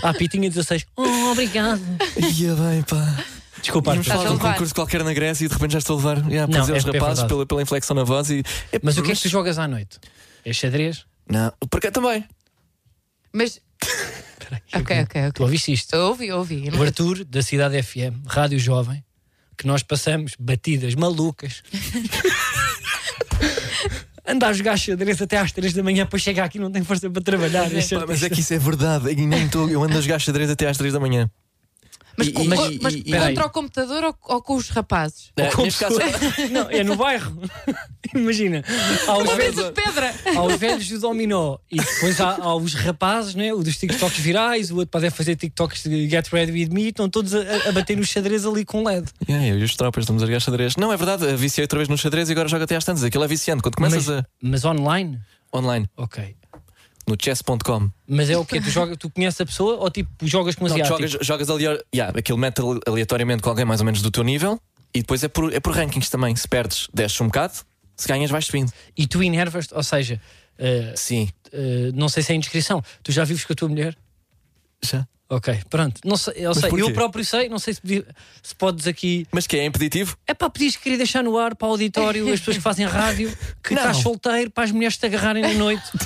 Speaker 4: Ah, Pitinha 16. Oh, obrigado.
Speaker 3: Ia bem, pá.
Speaker 4: Desculpa,
Speaker 3: Íamos falar
Speaker 4: Arthur.
Speaker 5: Estás
Speaker 3: de um
Speaker 5: a levar.
Speaker 3: concurso qualquer na Grécia e de repente já estou a levar yeah, para
Speaker 4: Não,
Speaker 3: dizer
Speaker 4: é-
Speaker 3: os
Speaker 4: é
Speaker 3: rapazes
Speaker 4: verdade.
Speaker 3: pela, pela inflexão na voz e. É,
Speaker 4: Mas o que é que tu jogas à noite? É xadrez?
Speaker 3: Não, porque também.
Speaker 5: Mas. ok, ok,
Speaker 4: Tu
Speaker 5: ok.
Speaker 4: ouviste isto?
Speaker 5: Eu ouvi, eu ouvi.
Speaker 4: O Arthur, da Cidade FM, Rádio Jovem, que nós passamos batidas malucas. Andar a jogar xadrez até às 3 da manhã, depois chegar aqui e não tem força para trabalhar. é
Speaker 3: Pá, mas
Speaker 4: xadrez.
Speaker 3: é que isso é verdade. Eu, nem tô- eu ando a jogar xadrez até às 3 da manhã.
Speaker 5: Mas,
Speaker 3: E-
Speaker 5: com-
Speaker 3: e-
Speaker 5: mas
Speaker 3: e- e-
Speaker 5: contra
Speaker 4: peraí.
Speaker 5: o computador ou, ou com os rapazes?
Speaker 3: Eh,
Speaker 4: Como
Speaker 3: neste caso,
Speaker 4: se- Não, é no bairro. Imagina. Há os velhos-
Speaker 5: Peso de pedra!
Speaker 4: há os velhos do dominó e depois há, há os rapazes, né? o dos TikToks virais, o outro para deve fazer TikToks de Get Ready With Me, estão todos a, a bater no xadrez ali com LED.
Speaker 3: yeah, eu e os tropas estamos a jogar xadrez. Não, é verdade. eh, Viciei outra vez no xadrez e agora jogo até às tantas. Aquilo é viciante. Quando começas
Speaker 4: mas,
Speaker 3: a.
Speaker 4: mas online?
Speaker 3: online,
Speaker 4: Ok.
Speaker 3: no chess.com.
Speaker 4: Mas é o quê? Tu, joga, tu conheces a pessoa ou tipo jogas com
Speaker 3: Não,
Speaker 4: asiático?
Speaker 3: jogas, jogas ali, yeah, aquilo mete ale- aleatoriamente com alguém mais ou menos do teu nível E depois é por, é por rankings também. Se perdes, desces um bocado. Se ganhas, vais subindo.
Speaker 4: Tipo, E tu enervas-te, ou seja, eh,
Speaker 3: Sim.
Speaker 4: eh, não sei se é indiscrição. Tu já vives com a tua mulher?
Speaker 3: Já.
Speaker 4: Ok, pronto. Não sei, eu,
Speaker 3: Mas
Speaker 4: sei,
Speaker 3: porquê?
Speaker 4: eu próprio sei, não sei se, pedi- se podes aqui.
Speaker 3: Mas que é impeditivo?
Speaker 4: É pá, podias querer deixar no ar para o auditório, as pessoas que fazem rádio, que
Speaker 3: Não.
Speaker 4: estás solteiro para as mulheres te agarrarem na noite.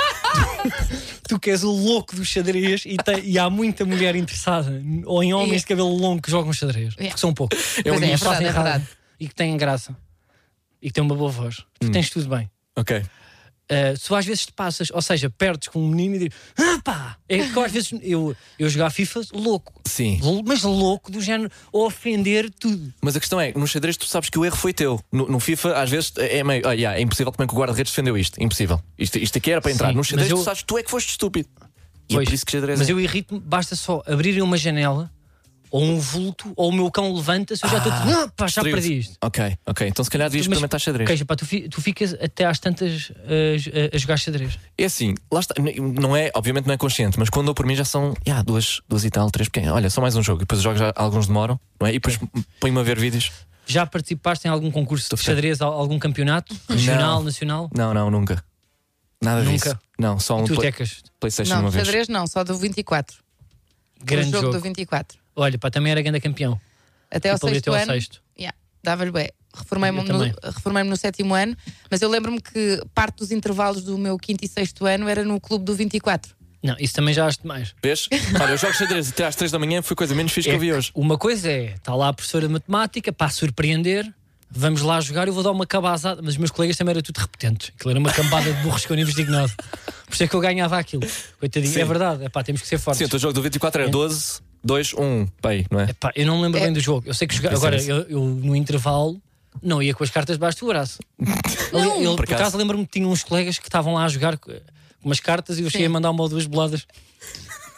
Speaker 4: tu que és o louco dos xadrez e, te- e há muita mulher interessada, ou em homens de cabelo longo que jogam xadrez,
Speaker 5: Yeah.
Speaker 4: porque são poucos.
Speaker 5: Pois é, é
Speaker 4: que
Speaker 5: verdade,
Speaker 4: fazem
Speaker 5: é
Speaker 4: rádio
Speaker 5: verdade.
Speaker 4: E que têm graça. E que têm uma boa voz. Tu tens tudo bem.
Speaker 3: Ok.
Speaker 4: Uh, tu às vezes te passas, ou seja, perdes com um menino e dizes, ah pá! É que às vezes eu, eu jogar FIFA louco,
Speaker 3: Sim.
Speaker 4: L- mas louco, do género ofender tudo.
Speaker 3: Mas a questão é, no xadrez tu sabes que o erro foi teu. No, no FIFA, às vezes, é meio. "Ah, yeah, é impossível também que o guarda-redes defendeu isto. Impossível. Isto, isto aqui era para entrar.
Speaker 4: Sim,
Speaker 3: no
Speaker 4: mas
Speaker 3: xadrez tu
Speaker 4: eu-
Speaker 3: sabes que tu é que foste estúpido. E é
Speaker 4: Pois,
Speaker 3: por isso que xadrez
Speaker 4: mas
Speaker 3: é.
Speaker 4: eu irrito-me, basta só abrirem uma janela, ou um vulto, ou o meu cão levanta-se, eu já estou ah, pá, já
Speaker 3: Destruído.
Speaker 4: perdi isto.
Speaker 3: Ok, ok. Então se calhar devias
Speaker 4: Mas-
Speaker 3: experimentar xadrez.
Speaker 4: Queixa, pá, tu, fi- tu ficas até às tantas uh, a, a jogar xadrez.
Speaker 3: É assim, lá está, n- não é, obviamente não é consciente, mas quando dou por mim já são yeah, duas, duas e tal, três pequenas. Olha, só mais um jogo, e depois os jogos já, alguns demoram, não é? E depois põe-me a ver vídeos.
Speaker 4: Já participaste em algum concurso
Speaker 3: Estou a
Speaker 4: de
Speaker 3: ficar-
Speaker 4: xadrez, al- algum campeonato? Regional, nacional?
Speaker 3: Não, não, nunca. Nada
Speaker 4: Nunca?
Speaker 3: disso. Não, só um
Speaker 4: tu
Speaker 3: play,
Speaker 4: tecas.
Speaker 3: PlayStation
Speaker 5: Não,
Speaker 3: uma
Speaker 5: do
Speaker 3: vez.
Speaker 5: xadrez não, só do 24.
Speaker 4: Grande
Speaker 5: o jogo,
Speaker 4: jogo.
Speaker 5: do 24.
Speaker 4: Olha, pá, também era grande campeão.
Speaker 5: Até ao
Speaker 4: Tipo ali
Speaker 5: sexto
Speaker 4: até ao
Speaker 5: ano.
Speaker 4: sexto.
Speaker 5: Yeah, Dava-lhe bué. Reformei-me
Speaker 4: Eu também.
Speaker 5: no, reformei no sétimo ano, mas eu lembro-me que parte dos intervalos do meu quinto e sexto ano era no clube do 24.
Speaker 4: Não, isso também já acho demais.
Speaker 3: Vês? Olha, eu jogo xadrez até às três da manhã, foi coisa menos fixe que eu vi hoje.
Speaker 4: É, Uma coisa é, está lá a professora de matemática para a surpreender, vamos lá jogar, eu vou dar uma cabazada. Mas os meus colegas também eram tudo repetentes. Aquilo era uma cambada de burros que eu nem vos digo nada. Por isso é que eu ganhava aquilo. Coitadinho,
Speaker 3: Sim.
Speaker 4: é verdade, epá, temos que ser fortes.
Speaker 3: Sim, o teu jogo do 24 era 12, 2, 1, pai, não é?
Speaker 4: Epá, eu não me lembro
Speaker 5: É.
Speaker 4: bem do jogo. Eu sei que jogava.
Speaker 3: Isso era
Speaker 4: Agora,
Speaker 3: isso.
Speaker 4: eu, eu, no intervalo não ia com as cartas debaixo do braço. Ali- eu, por,
Speaker 3: Por acaso.
Speaker 4: acaso, lembro-me que tinha uns colegas que estavam lá a jogar co- com umas cartas e eu cheguei a mandar uma ou duas boladas.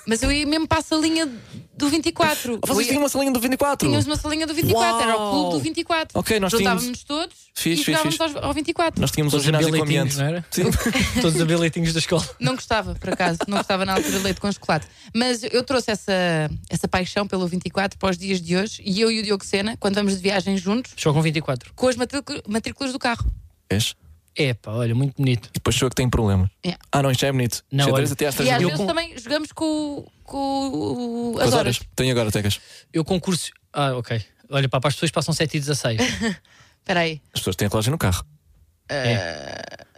Speaker 5: Mas eu ia mesmo para a salinha do 24.
Speaker 3: Ah, Vocês
Speaker 5: Eu ia-
Speaker 3: tinham uma salinha do 24?
Speaker 5: Tínhamos uma salinha do 24, era o clube
Speaker 3: Uau!
Speaker 5: do 24.
Speaker 3: Ok, nós tínhamos-
Speaker 5: Juntávamos todos
Speaker 3: Fixe,
Speaker 5: e
Speaker 3: fixe,
Speaker 5: jogávamos
Speaker 3: fixe.
Speaker 5: aos- ao 24.
Speaker 3: Nós tínhamos um
Speaker 4: Todos os
Speaker 3: ginásio com ambiente.
Speaker 4: habilitinhos, não era?
Speaker 3: Sim.
Speaker 4: Todos os habilitinhos da escola.
Speaker 5: Não gostava, por acaso, não gostava na altura de leite com chocolate. Mas eu trouxe essa, essa paixão pelo 24 para os dias de hoje e eu e o Diogo Sena, quando vamos de viagem juntos,
Speaker 4: Jogam 24.
Speaker 5: com as matrícu- matrículas do carro.
Speaker 3: Vês?
Speaker 4: Epá, olha, muito bonito.
Speaker 3: E depois sou eu que tenho problema.
Speaker 5: Yeah.
Speaker 3: Ah, não, isto já é bonito.
Speaker 4: Não,
Speaker 3: xadrez
Speaker 4: olha.
Speaker 3: até às 3
Speaker 5: E
Speaker 3: da
Speaker 5: às
Speaker 3: manhã.
Speaker 4: Eu
Speaker 5: vezes
Speaker 4: com-
Speaker 5: também jogamos com, o- com o-
Speaker 3: Com
Speaker 5: as horas.
Speaker 3: Tenho agora, Tecas.
Speaker 4: Eu concurso. Ah, ok. Olha, pá, para as pessoas passam 7 e 16.
Speaker 5: Espera aí.
Speaker 3: As pessoas têm a relógio no carro.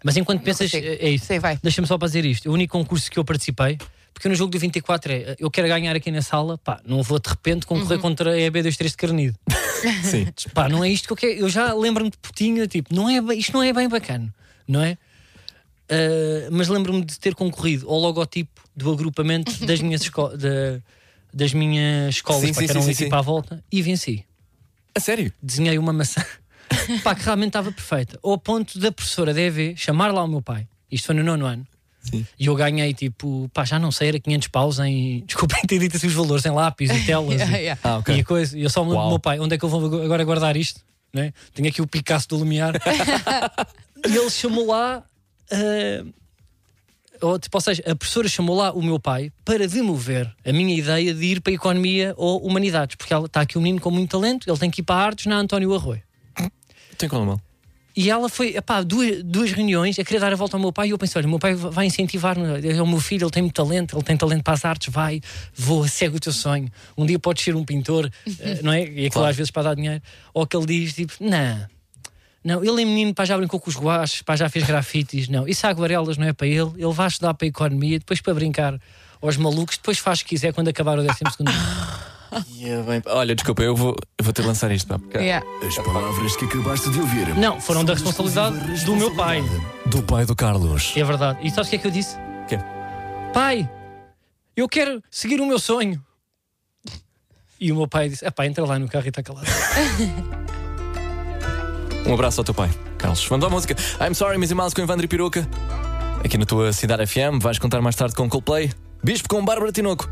Speaker 4: Mas enquanto pensas,
Speaker 5: consigo.
Speaker 4: é é isso.
Speaker 5: Sim, vai.
Speaker 4: Deixa-me só para dizer isto. O único concurso que eu participei, porque no jogo do 24 é eu quero ganhar aqui na sala, pá, não vou de repente
Speaker 5: Uhum.
Speaker 4: concorrer contra a EB23 de Carnido.
Speaker 3: Sim.
Speaker 4: Pá, não é isto que eu quero. Eu já lembro-me de putinha, tipo, não é bem- isto não é bem bacana, não é? Ah, mas lembro-me de ter concorrido ao logotipo do agrupamento das minhas, esco da- das minhas escolas,
Speaker 3: Sim,
Speaker 4: pá,
Speaker 3: sim,
Speaker 4: que eram
Speaker 3: sim,
Speaker 4: um
Speaker 3: sim,
Speaker 4: tipo à volta, e venci.
Speaker 3: A sério?
Speaker 4: desenhei uma maçã pá, que realmente estava perfeita. Ao ponto da professora da EV chamar lá o meu pai, isto foi no nono ano,
Speaker 3: Sim.
Speaker 4: e eu ganhei tipo, pá, já não sei, era 500 paus em. Desculpem ter dito assim os valores, em lápis e telas
Speaker 5: Yeah,
Speaker 4: e,
Speaker 5: yeah.
Speaker 3: Ah, ok.
Speaker 4: e coisa. E eu só me lembro
Speaker 3: Uau.
Speaker 4: do meu pai, onde é que eu vou agora guardar isto? Não é? Tenho aqui o Picasso do Lumiar. e ele chamou lá. ah, ou, tipo, ou seja, a professora chamou lá o meu pai para demover a minha ideia de ir para a economia ou humanidades, porque ela está aqui um menino com muito talento, ele tem que ir para artes na António Arroio.
Speaker 3: Tem como mal.
Speaker 4: E ela foi, epá, duas, duas reuniões a querer dar a volta ao meu pai. E eu pensei: olha, o meu pai vai incentivar-me. É o meu filho, ele tem muito talento, ele tem talento para as artes. Vai, vou, segue o teu sonho. Um dia podes ser um pintor, eh, não é? E aquilo
Speaker 3: Claro.
Speaker 4: às vezes para dar dinheiro. Ou que ele diz: tipo, não, não, ele é menino, pá, já brincou com os guaches, pá, já fez grafites. Não, isso há aguarelas, não é para ele. Ele vai estudar para a economia, depois para brincar aos malucos, depois faz o que quiser quando acabar o décimo segundo.
Speaker 3: Olha, desculpa, eu vou, eu vou ter de lançar isto. pá, porque-
Speaker 5: Yeah.
Speaker 1: As palavras que acabaste de ouvir.
Speaker 4: Não, foram da
Speaker 1: são
Speaker 4: responsabilidade do meu pai.
Speaker 1: Do pai do Carlos.
Speaker 4: É verdade. E sabes o que é que eu disse?
Speaker 3: Quê?
Speaker 4: Pai, eu quero seguir o meu sonho. E o meu pai disse: pá, entra lá no carro e está calado.
Speaker 3: Um abraço ao teu pai, Carlos. Vamos à música. I'm sorry, Missy Mouse com Evandro e Peruca. Aqui na tua cidade FM, vais contar mais tarde com Coldplay, Bispo com Bárbara Tinoco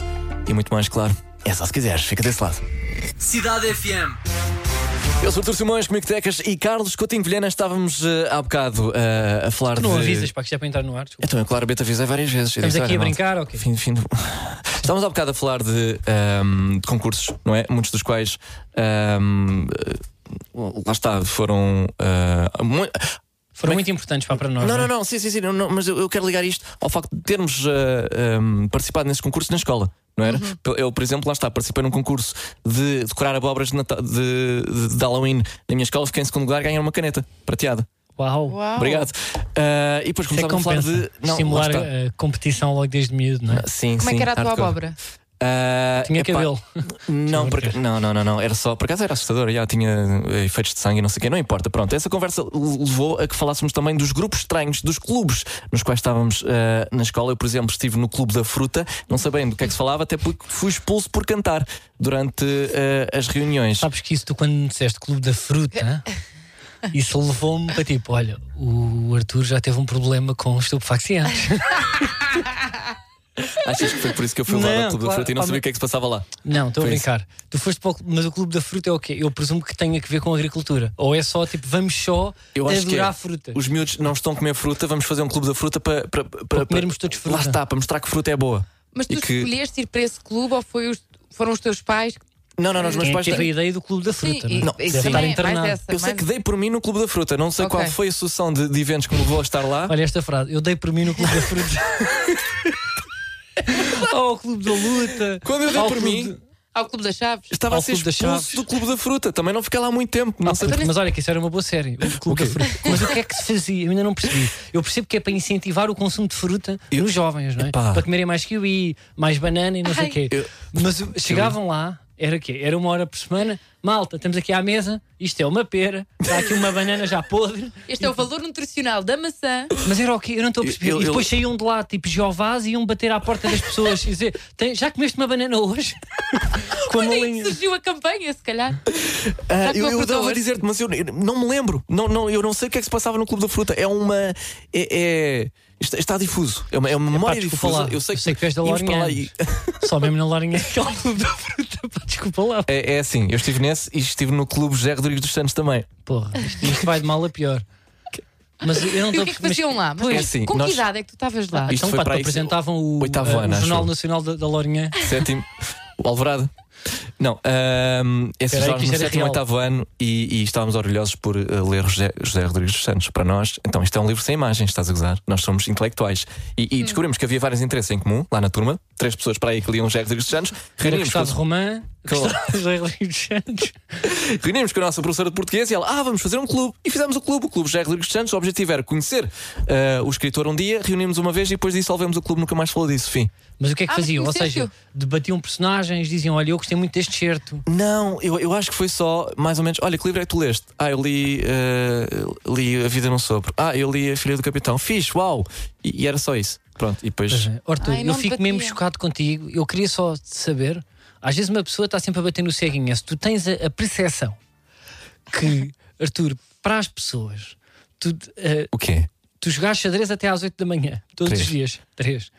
Speaker 3: e muito mais, claro. É só se quiseres, fica desse lado.
Speaker 6: Cidade FM.
Speaker 3: Eu sou o Artur Simões, comigo Tecas e Carlos Coutinho Vilhena. Estávamos eh, há bocado eh, a falar
Speaker 4: Não
Speaker 3: de.
Speaker 4: avisas, pá, que isto é para entrar no ar. desculpa.
Speaker 3: Então, é claro, eu te avisei várias vezes. Eu
Speaker 4: Estamos
Speaker 3: disse,
Speaker 4: aqui a
Speaker 3: "Olha, malta,
Speaker 4: brincar, ok.
Speaker 3: Fim, fim do- Estávamos há ehm, bocado a falar de, ahm, de concursos, não é? Muitos dos quais ahm, eh, lá está, foram. ah, mu-
Speaker 4: Foram muito importantes para, para nós.
Speaker 3: é Não,
Speaker 4: não
Speaker 3: não,
Speaker 4: é?
Speaker 3: não, sim, sim, sim, não, não, mas eu, eu quero ligar isto ao facto de termos ah, ahm, participado nesses concursos na escola. Não era?
Speaker 4: Uhum.
Speaker 3: P- Eu, por exemplo, lá está, participei num concurso de decorar abóboras de, Natal- de- de- de Halloween na minha escola, fiquei em segundo lugar, ganhei uma caneta prateada.
Speaker 4: Uau.
Speaker 5: Uau.
Speaker 3: Obrigado. Ah, e depois
Speaker 4: Isso é
Speaker 3: começavam a falar
Speaker 4: compensa.
Speaker 3: de. lá
Speaker 4: Simular
Speaker 3: está.
Speaker 4: a competição logo desde miúdo, não é?
Speaker 3: Sim,
Speaker 5: Como é
Speaker 3: sim,
Speaker 5: que era a tua
Speaker 3: hardcore.
Speaker 5: abóbora?
Speaker 3: Ah,
Speaker 4: Tinha
Speaker 3: epá,
Speaker 4: cabelo.
Speaker 3: Não, por, ac- não, não, não, não. Era só. Por acaso era assustador. Já tinha eh, efeitos de sangue e não sei o quê. Não importa. Pronto, essa conversa l- levou a que falássemos também dos grupos estranhos, dos clubes nos quais estávamos eh, na escola. Eu, por exemplo, estive no Clube da Fruta, não sabendo do que é que se falava, até porque fui expulso por cantar durante eh, as reuniões.
Speaker 4: Sabes que isso tu quando me disseste Clube da Fruta, é? isso levou-me para tipo, olha, o Arthur já teve um problema com estupefacientes.
Speaker 3: Achas que foi por isso que eu fui lá
Speaker 4: Não,
Speaker 3: no Clube da
Speaker 4: claro,
Speaker 3: Fruta e não
Speaker 4: ao
Speaker 3: sabia
Speaker 4: menos-
Speaker 3: o que é que se passava lá?
Speaker 4: Não, estou a
Speaker 3: Foi isso.
Speaker 4: brincar. Tu foste para o, clube- mas o Clube da Fruta é o quê? Eu presumo que tenha que ver com agricultura. Ou é só tipo, vamos só
Speaker 3: Eu acho que é.
Speaker 4: adorar fruta.
Speaker 3: Os miúdos não estão a comer fruta, vamos fazer um clube da fruta para, para, para,
Speaker 4: comermos todos fruta.
Speaker 3: Lá está, para mostrar que fruta é boa.
Speaker 5: Mas tu
Speaker 3: E que-
Speaker 5: escolheste ir para esse clube ou foi os- foram os teus pais?
Speaker 3: Não, não, não, os meus
Speaker 4: Quem é que
Speaker 3: pais
Speaker 4: teve
Speaker 3: têm-
Speaker 4: a ideia do Clube da Fruta?
Speaker 5: Sim,
Speaker 4: não
Speaker 5: e-
Speaker 4: é?
Speaker 5: isso
Speaker 4: Deve estar
Speaker 5: também é mais
Speaker 4: internado.
Speaker 5: essa.
Speaker 3: Eu sei
Speaker 5: mais-
Speaker 3: que dei por mim no Clube da Fruta, não sei
Speaker 5: Ok.
Speaker 3: qual foi a sucessão de, de eventos que me levou a estar lá.
Speaker 4: Olha esta frase, eu dei por mim no Clube da Fruta. ao Clube da Luta.
Speaker 3: Quando eu dei
Speaker 4: ao
Speaker 3: por
Speaker 4: Clube
Speaker 3: mim,
Speaker 4: de-
Speaker 5: Ao Clube das Chaves?
Speaker 3: Estava
Speaker 4: Ao
Speaker 3: a ser
Speaker 4: Clube das
Speaker 3: expulso
Speaker 4: Chaves. Ah,
Speaker 3: do Clube da Fruta, também não fiquei lá há muito tempo. Não sei.
Speaker 4: Mas olha que isso era uma boa série, o Clube da Fruta. Mas o que é que se fazia? Eu ainda não percebi. Eu percebo que é para incentivar o consumo de fruta nos jovens, não é?
Speaker 3: Epá.
Speaker 4: Para comerem mais kiwi, mais banana e não sei
Speaker 5: Ai.
Speaker 4: o quê. Mas o- chegavam lá, era o quê? Era uma hora por semana. Malta, estamos aqui à mesa, isto é uma pera, está aqui uma banana já podre.
Speaker 5: Este é o valor nutricional da maçã.
Speaker 4: Mas era o quê? Eu não estou a perceber.
Speaker 3: Eu-
Speaker 4: e
Speaker 3: eu-
Speaker 4: depois saíam de lá, tipo Jeovás, e iam bater à porta das pessoas e dizer: "Tem- Já comeste uma banana hoje? Com a
Speaker 5: Quando é que
Speaker 4: malinha.
Speaker 5: surgiu a campanha, se calhar?
Speaker 3: Ah,
Speaker 5: que
Speaker 3: eu
Speaker 5: o
Speaker 3: eu
Speaker 5: Fruta
Speaker 3: estava a
Speaker 5: hoje-
Speaker 3: dizer-te, mas eu, eu não me lembro. Não, não, eu não sei o que é que se passava no Clube da Fruta. É uma. É, é- está, está difuso. É uma, é uma memória
Speaker 4: desculpa
Speaker 3: difusa.
Speaker 4: lá.
Speaker 3: Eu sei,
Speaker 4: Eu sei que tu és da
Speaker 3: íamos para lá
Speaker 4: Lourinhã.
Speaker 3: e-
Speaker 4: Só mesmo na larinha aquele clube da fruta. Pá, desculpa lá.
Speaker 3: É, é assim, eu estive nesse e estive no Clube José Rodrigues dos Santos também.
Speaker 4: Porra, isto, isto vai de mal a pior. Mas eu não
Speaker 5: E
Speaker 4: estou
Speaker 5: o
Speaker 4: a
Speaker 5: que é que
Speaker 4: mas-
Speaker 5: faziam lá? Mas
Speaker 4: Pois,
Speaker 3: É assim,
Speaker 5: com que
Speaker 3: nós-
Speaker 5: idade é que tu estavas lá?
Speaker 3: Isto
Speaker 4: então,
Speaker 3: foi
Speaker 4: pá,
Speaker 3: para
Speaker 4: te
Speaker 3: aí,
Speaker 4: apresentavam o,
Speaker 3: oitavo
Speaker 4: eh,
Speaker 3: ano,
Speaker 4: o
Speaker 3: acho
Speaker 4: Jornal
Speaker 3: eu.
Speaker 4: Nacional da, da Lourinhã.
Speaker 3: Sétimo. O Alvorada. Não, ahm, esse
Speaker 4: Espera aí,
Speaker 3: já
Speaker 4: que
Speaker 3: no
Speaker 4: isto era
Speaker 3: sétimo
Speaker 4: real.
Speaker 3: oitavo ano e, e estávamos orgulhosos por eh, ler José, José Rodrigues dos Santos. Para nós, então isto é um livro sem imagens, estás a gozar. Nós somos intelectuais. E, e descobrimos que havia vários interesses em comum lá na turma. Três pessoas para aí que liam José Rodrigues dos Santos.
Speaker 4: Era
Speaker 3: Reunimos
Speaker 4: Gustavo
Speaker 3: com,
Speaker 4: Romã,
Speaker 3: Com-
Speaker 4: Gustavo José Rodrigues Santos.
Speaker 3: reunimos com a nossa professora de português e ela, ah, vamos fazer um clube. E fizemos o clube, o Clube José Rodrigues dos Santos. O objetivo era conhecer eh, o escritor um dia, reunimos uma vez e depois dissolvemos o clube. Nunca mais falou disso. Fim.
Speaker 4: Mas o que é que
Speaker 5: Ah, mas
Speaker 4: faziam? Ou
Speaker 5: conheceste-o?
Speaker 4: seja, debatiam personagens, diziam: Olha, eu gostei muito deste certo.
Speaker 3: Não, eu, eu acho que foi só mais ou menos. Olha, que livro é que tu leste? Ah, eu li, eh, li A Vida Não Sobre. Ah, eu li A Filha do Capitão. Fiz, uau! E, e era só isso. Pronto, e depois.
Speaker 4: Pois é. Arthur,
Speaker 5: Ai,
Speaker 4: eu
Speaker 5: não
Speaker 4: fico
Speaker 5: debatia.
Speaker 4: mesmo chocado contigo. Eu queria só saber. Às vezes uma pessoa está sempre a bater no ceguinho. É Se tu tens a, a percepção que, Arthur, para as pessoas, tu, eh,
Speaker 3: O quê?
Speaker 4: tu jogaste xadrez até às 8 da manhã, todos
Speaker 3: Três.
Speaker 4: os dias, três.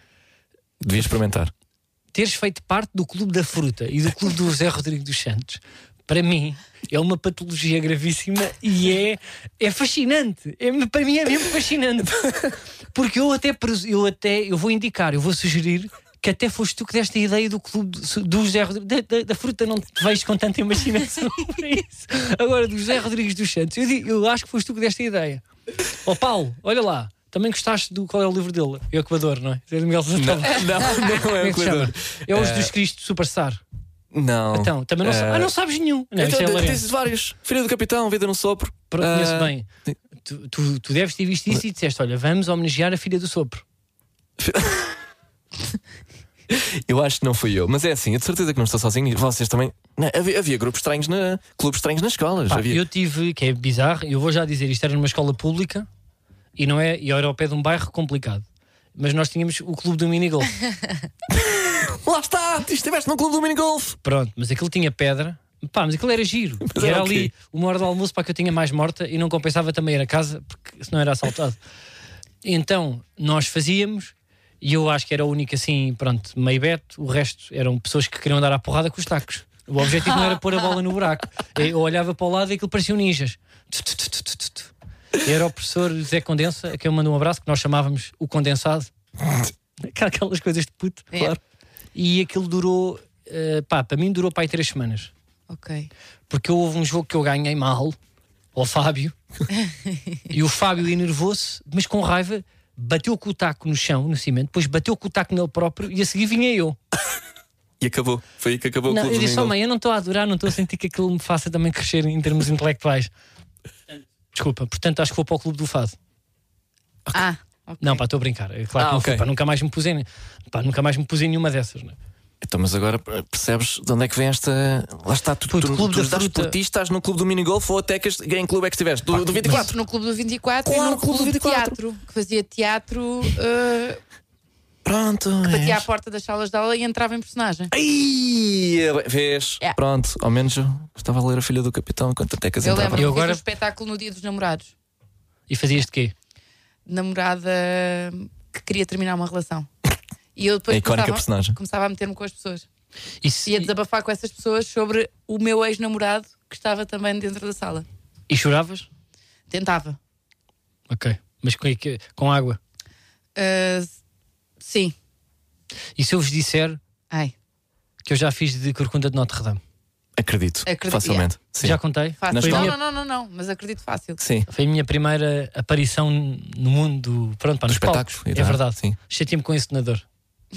Speaker 3: Devias experimentar.
Speaker 4: Teres feito parte do Clube da Fruta e do Clube do José Rodrigues dos Santos, para mim, é uma patologia gravíssima e é, é fascinante. É, para mim é mesmo fascinante. Porque eu até, presu- eu até eu vou indicar, eu vou sugerir que até foste tu que deste a ideia do clube do- do José Rodrigues. Da, da- da fruta não te vejo com tanta imaginação para isso. Agora, do José Rodrigues dos Santos, eu, digo- eu acho que foste tu que deste a ideia. Ó Paulo, olha lá, também gostaste do qual é o livro dele? É o Equador, não é? É do Miguel Santana.
Speaker 3: Não, não
Speaker 4: Como
Speaker 3: é
Speaker 4: é
Speaker 3: o
Speaker 4: que se chama?
Speaker 3: corredor.
Speaker 4: É o Jesus Cristo Superstar.
Speaker 3: Não.
Speaker 4: Então, também não, sa-
Speaker 3: Eh,
Speaker 4: ah, não sabes nenhum. Não,
Speaker 3: então,
Speaker 4: isso é
Speaker 3: de-
Speaker 4: hilariante.
Speaker 3: tens vários. Filha do Capitão, Vida Não Sopro.
Speaker 4: Pro-
Speaker 3: Eh,
Speaker 4: Conheço bem. Tu, tu, tu deves ter visto isso e disseste: Olha, vamos homenagear a filha do sopro.
Speaker 3: Eu acho que não fui eu, mas é assim, eu de certeza que não estou sozinho e vocês também. Não, havia, havia grupos estranhos na. clubes estranhos nas escolas.
Speaker 4: Pá,
Speaker 3: havia...
Speaker 4: eu tive, que é bizarro, eu vou já dizer, isto era numa escola pública e não é, e era ao pé de um bairro complicado. Mas nós tínhamos o clube do minigolf.
Speaker 3: Lá está! Estiveste no clube do minigolf!
Speaker 4: Pronto, mas aquilo tinha pedra. Pá, mas aquilo era giro.
Speaker 3: Mas
Speaker 4: E
Speaker 3: era
Speaker 4: era
Speaker 3: o quê?
Speaker 4: ali uma hora de almoço para que eu tinha mais morta e não compensava também ir a casa porque senão era assaltado. então nós fazíamos e eu acho que era o único assim, pronto, meio beto. O resto eram pessoas que queriam dar a porrada com os tacos. O objetivo não era pôr a bola no buraco. Eu olhava para o lado e aquilo pareciam ninjas. Tu, tu, tu, tu, tu, tu, tu. E Era o professor Zé Condensa, a quem eu mando um abraço, que nós chamávamos o condensado. Aquelas coisas de puto,
Speaker 5: É.
Speaker 4: claro. E aquilo durou, eh, pá, para mim durou para aí três semanas.
Speaker 5: Ok.
Speaker 4: porque houve um jogo que eu ganhei mal ao Fábio e o Fábio enervou-se, mas com raiva bateu com o taco no chão, no cimento, depois bateu com o taco nele próprio e a seguir vinha eu.
Speaker 3: E acabou. Foi aí que acabou o
Speaker 4: Não,
Speaker 3: clube
Speaker 4: eu disse,
Speaker 3: domingo.
Speaker 4: oh, mãe, eu não estou a adorar, não estou a sentir que aquilo me faça também crescer em termos intelectuais. Desculpa, portanto acho que vou para o Clube do Fado.
Speaker 5: Ah, ok.
Speaker 4: Não, pá, estou a brincar. É Claro
Speaker 3: Ah,
Speaker 4: que não
Speaker 3: ok.
Speaker 4: fui, pá, nunca mais me pus em, pá, nunca mais me pus em nenhuma dessas, né?
Speaker 3: Então, mas agora eh, percebes de onde é que vem esta. Lá está, tu,
Speaker 4: Puto,
Speaker 3: tu,
Speaker 4: Clube
Speaker 3: tu
Speaker 4: da
Speaker 3: estás
Speaker 4: Fruta.
Speaker 3: portista, estás no clube do minigolf ou até que este- em que clube é que estiveste? Do, do 24.
Speaker 5: Estive no Clube do 24
Speaker 3: Claro,
Speaker 5: e no
Speaker 3: Clube do
Speaker 5: Clube de
Speaker 3: 24.
Speaker 5: Teatro, que fazia teatro, eh,
Speaker 3: Pronto.
Speaker 5: batia
Speaker 3: é.
Speaker 5: à porta das salas de aula e entrava em personagem.
Speaker 3: Ai, é vês?
Speaker 5: Yeah.
Speaker 3: Pronto, ao menos eu estava a ler a filha do capitão enquanto até que
Speaker 5: Eu
Speaker 3: entrava.
Speaker 5: lembro que
Speaker 4: Eu
Speaker 5: fiz
Speaker 4: agora-
Speaker 5: um espetáculo no Dia dos Namorados.
Speaker 4: E fazias de quê?
Speaker 5: Namorada que queria terminar uma relação. E eu depois
Speaker 3: A É icónica
Speaker 5: começava-
Speaker 3: personagem.
Speaker 5: começava a meter-me com as pessoas.
Speaker 4: E se-
Speaker 5: Ia desabafar com essas pessoas sobre o meu ex-namorado que estava também dentro da sala.
Speaker 4: e choravas?
Speaker 5: Tentava.
Speaker 4: Ok. Mas com, com água.
Speaker 5: Eh, sim.
Speaker 4: E se eu vos disser
Speaker 5: Ai,
Speaker 4: que eu já fiz de Corcunda de Notre Dame?
Speaker 3: Acredito,
Speaker 5: Acredito,
Speaker 3: facilmente. Sim.
Speaker 4: Já contei?
Speaker 5: fácil.
Speaker 3: Na
Speaker 5: Não,
Speaker 3: escola?
Speaker 5: não, não, não, não, mas acredito fácil.
Speaker 3: Sim.
Speaker 4: Foi a minha primeira aparição no mundo pronto, pá,
Speaker 3: Dos
Speaker 4: nos
Speaker 3: espetáculos,
Speaker 4: palcos.
Speaker 3: e
Speaker 4: É
Speaker 3: tal,
Speaker 4: verdade.
Speaker 3: sim.
Speaker 4: Chateei-me com esse nadador.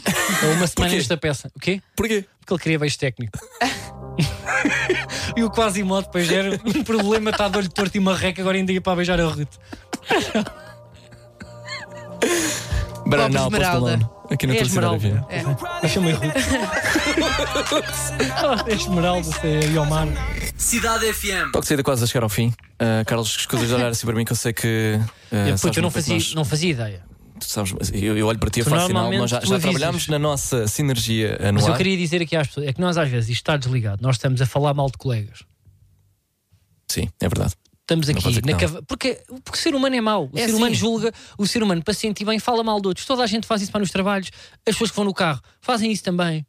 Speaker 4: Há uma semana nesta peça. O quê?
Speaker 3: Porquê?
Speaker 4: Porque ele queria beijo técnico. e o quase modo depois era um problema, está de olho torto e marreca, agora ainda ia para beijar a Ruth.
Speaker 3: Branal,
Speaker 5: Esmeralda.
Speaker 3: Aqui na
Speaker 4: É
Speaker 3: tua
Speaker 4: Esmeralda.
Speaker 3: cidade.
Speaker 4: É. Eu chamei Ruth. oh, Esmeralda, se é Yomar.
Speaker 6: Cidade FM.
Speaker 3: Toque de saída quase a chegar ao fim. Ah, Carlos, escusas de olhar assim para mim que eu sei que. ah, sabes
Speaker 4: Puta, eu
Speaker 3: muito bem que
Speaker 4: não fazia,
Speaker 3: nós-
Speaker 4: não fazia ideia.
Speaker 3: tu sabes, eu, eu olho para ti e
Speaker 4: Tu
Speaker 3: faço sinal.
Speaker 4: normalmente
Speaker 3: Nós já,
Speaker 4: tu
Speaker 3: já
Speaker 4: avisas.
Speaker 3: trabalhamos na nossa sinergia
Speaker 4: Mas
Speaker 3: anual.
Speaker 4: eu queria dizer aqui às pessoas: é que nós às vezes isto está desligado, nós estamos a falar mal de colegas.
Speaker 3: Sim, é verdade.
Speaker 4: Estamos
Speaker 3: vou dizer
Speaker 4: aqui
Speaker 3: que
Speaker 4: na
Speaker 3: não.
Speaker 4: cava... porque, porque o ser humano é mau. O
Speaker 3: É
Speaker 4: ser humano
Speaker 3: assim.
Speaker 4: julga, o ser humano, para se sentir bem, fala mal de outros. Toda a gente faz isso para nos trabalhos. As pessoas que vão no carro fazem isso também.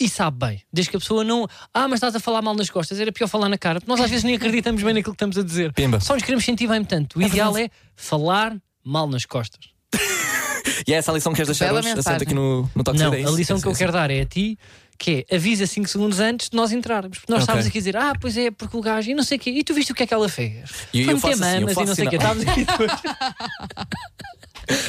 Speaker 4: E sabe bem. Desde que a pessoa não. Ah, mas estás a falar mal nas costas. Era pior falar na cara. Porque nós às vezes nem acreditamos bem naquilo que estamos a dizer.
Speaker 3: Pimba.
Speaker 4: Só nos queremos sentir bem. Portanto, o ideal é falar mal nas costas.
Speaker 3: E é essa a lição que queres deixar
Speaker 5: Bela
Speaker 3: hoje?
Speaker 5: mensagem.
Speaker 3: Assenta aqui no, no toque de
Speaker 4: Não,
Speaker 3: saída, é
Speaker 4: a
Speaker 3: isso?
Speaker 4: lição
Speaker 3: É isso,
Speaker 4: que
Speaker 3: é
Speaker 4: eu
Speaker 3: isso.
Speaker 4: quero dar é a ti que é avisa 5 segundos antes de nós entrarmos. Porque nós
Speaker 3: Ok.
Speaker 4: estávamos aqui a dizer, ah, pois é, porque o gajo e não sei o quê. E tu viste o que é que ela fez?
Speaker 3: E eu
Speaker 4: Foi um
Speaker 3: faço
Speaker 4: meter
Speaker 3: assim, eu
Speaker 4: mamas e
Speaker 3: faço
Speaker 4: não sei o é quê.
Speaker 3: sinal.
Speaker 4: Estávamos aqui depois.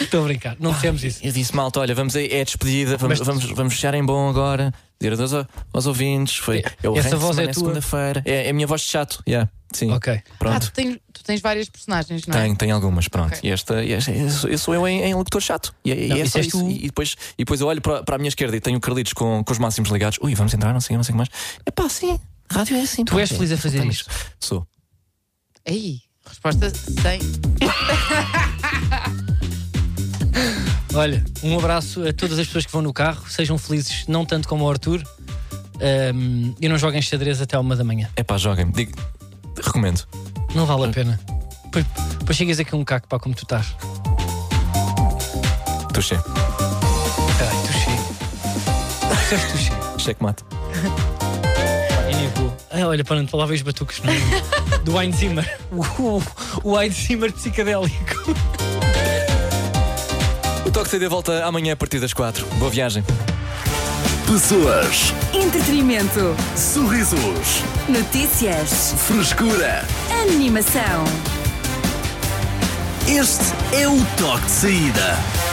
Speaker 4: Estou a brincar, não dissemos isso.
Speaker 3: Eu disse, malta, olha, vamos aí, é despedida, vamos,
Speaker 4: Mas-
Speaker 3: vamos, vamos fechar em bom agora. Dizer adeus ao- aos ouvintes. Foi,
Speaker 4: É,
Speaker 3: eu
Speaker 4: essa
Speaker 3: arranco
Speaker 4: voz é
Speaker 3: semana,
Speaker 4: tua?
Speaker 3: segunda-feira. É, é a minha voz de chato. Yeah, sim.
Speaker 4: Ok.
Speaker 5: Ah,
Speaker 3: Pronto.
Speaker 5: tu tens, tu tens várias personagens, não é?
Speaker 3: Tem, tem algumas, pronto.
Speaker 5: Ok.
Speaker 3: E esta, e esta- eu sou- eu sou eu em, em locutor chato. E, e-
Speaker 4: Não,
Speaker 3: e é
Speaker 4: isso
Speaker 3: só
Speaker 4: és
Speaker 3: isso.
Speaker 4: tu.
Speaker 3: E, e depois, e depois eu olho para, para a minha esquerda e tenho o Carlitos com, com os máximos ligados. Ui, vamos entrar, não sei, não sei o que mais. É pá, sim, rádio é assim.
Speaker 4: Tu
Speaker 3: pá,
Speaker 4: és
Speaker 3: sim.
Speaker 4: feliz a fazer
Speaker 3: Tenho-
Speaker 4: isto?
Speaker 3: Sou.
Speaker 5: Aí, resposta 100.
Speaker 4: Olha, um abraço a todas as pessoas que vão no carro, sejam felizes, não tanto como o Arthur. Ahm, e não joguem xadrez até à uma da manhã.
Speaker 3: É pá, joguem. Digo- Recomendo.
Speaker 4: Não vale
Speaker 3: Hum.
Speaker 4: a pena. Pois, pois chegas aqui um caco, pá, como tu estás.
Speaker 3: Tuxê.
Speaker 4: Ai, tu chega. Percebes tu chega.
Speaker 3: Checkmate.
Speaker 4: E Nico, ah, olha, para não te falar, os batucos no, do Einzimmer. O, o Einzimmer psicadélico.
Speaker 3: O Toque de Saída volta amanhã a partir das 4. Boa viagem.
Speaker 7: Pessoas,
Speaker 2: Entretenimento.
Speaker 7: sorrisos,
Speaker 2: Notícias.
Speaker 7: frescura.
Speaker 2: Animação.
Speaker 7: Este é o toque de saída.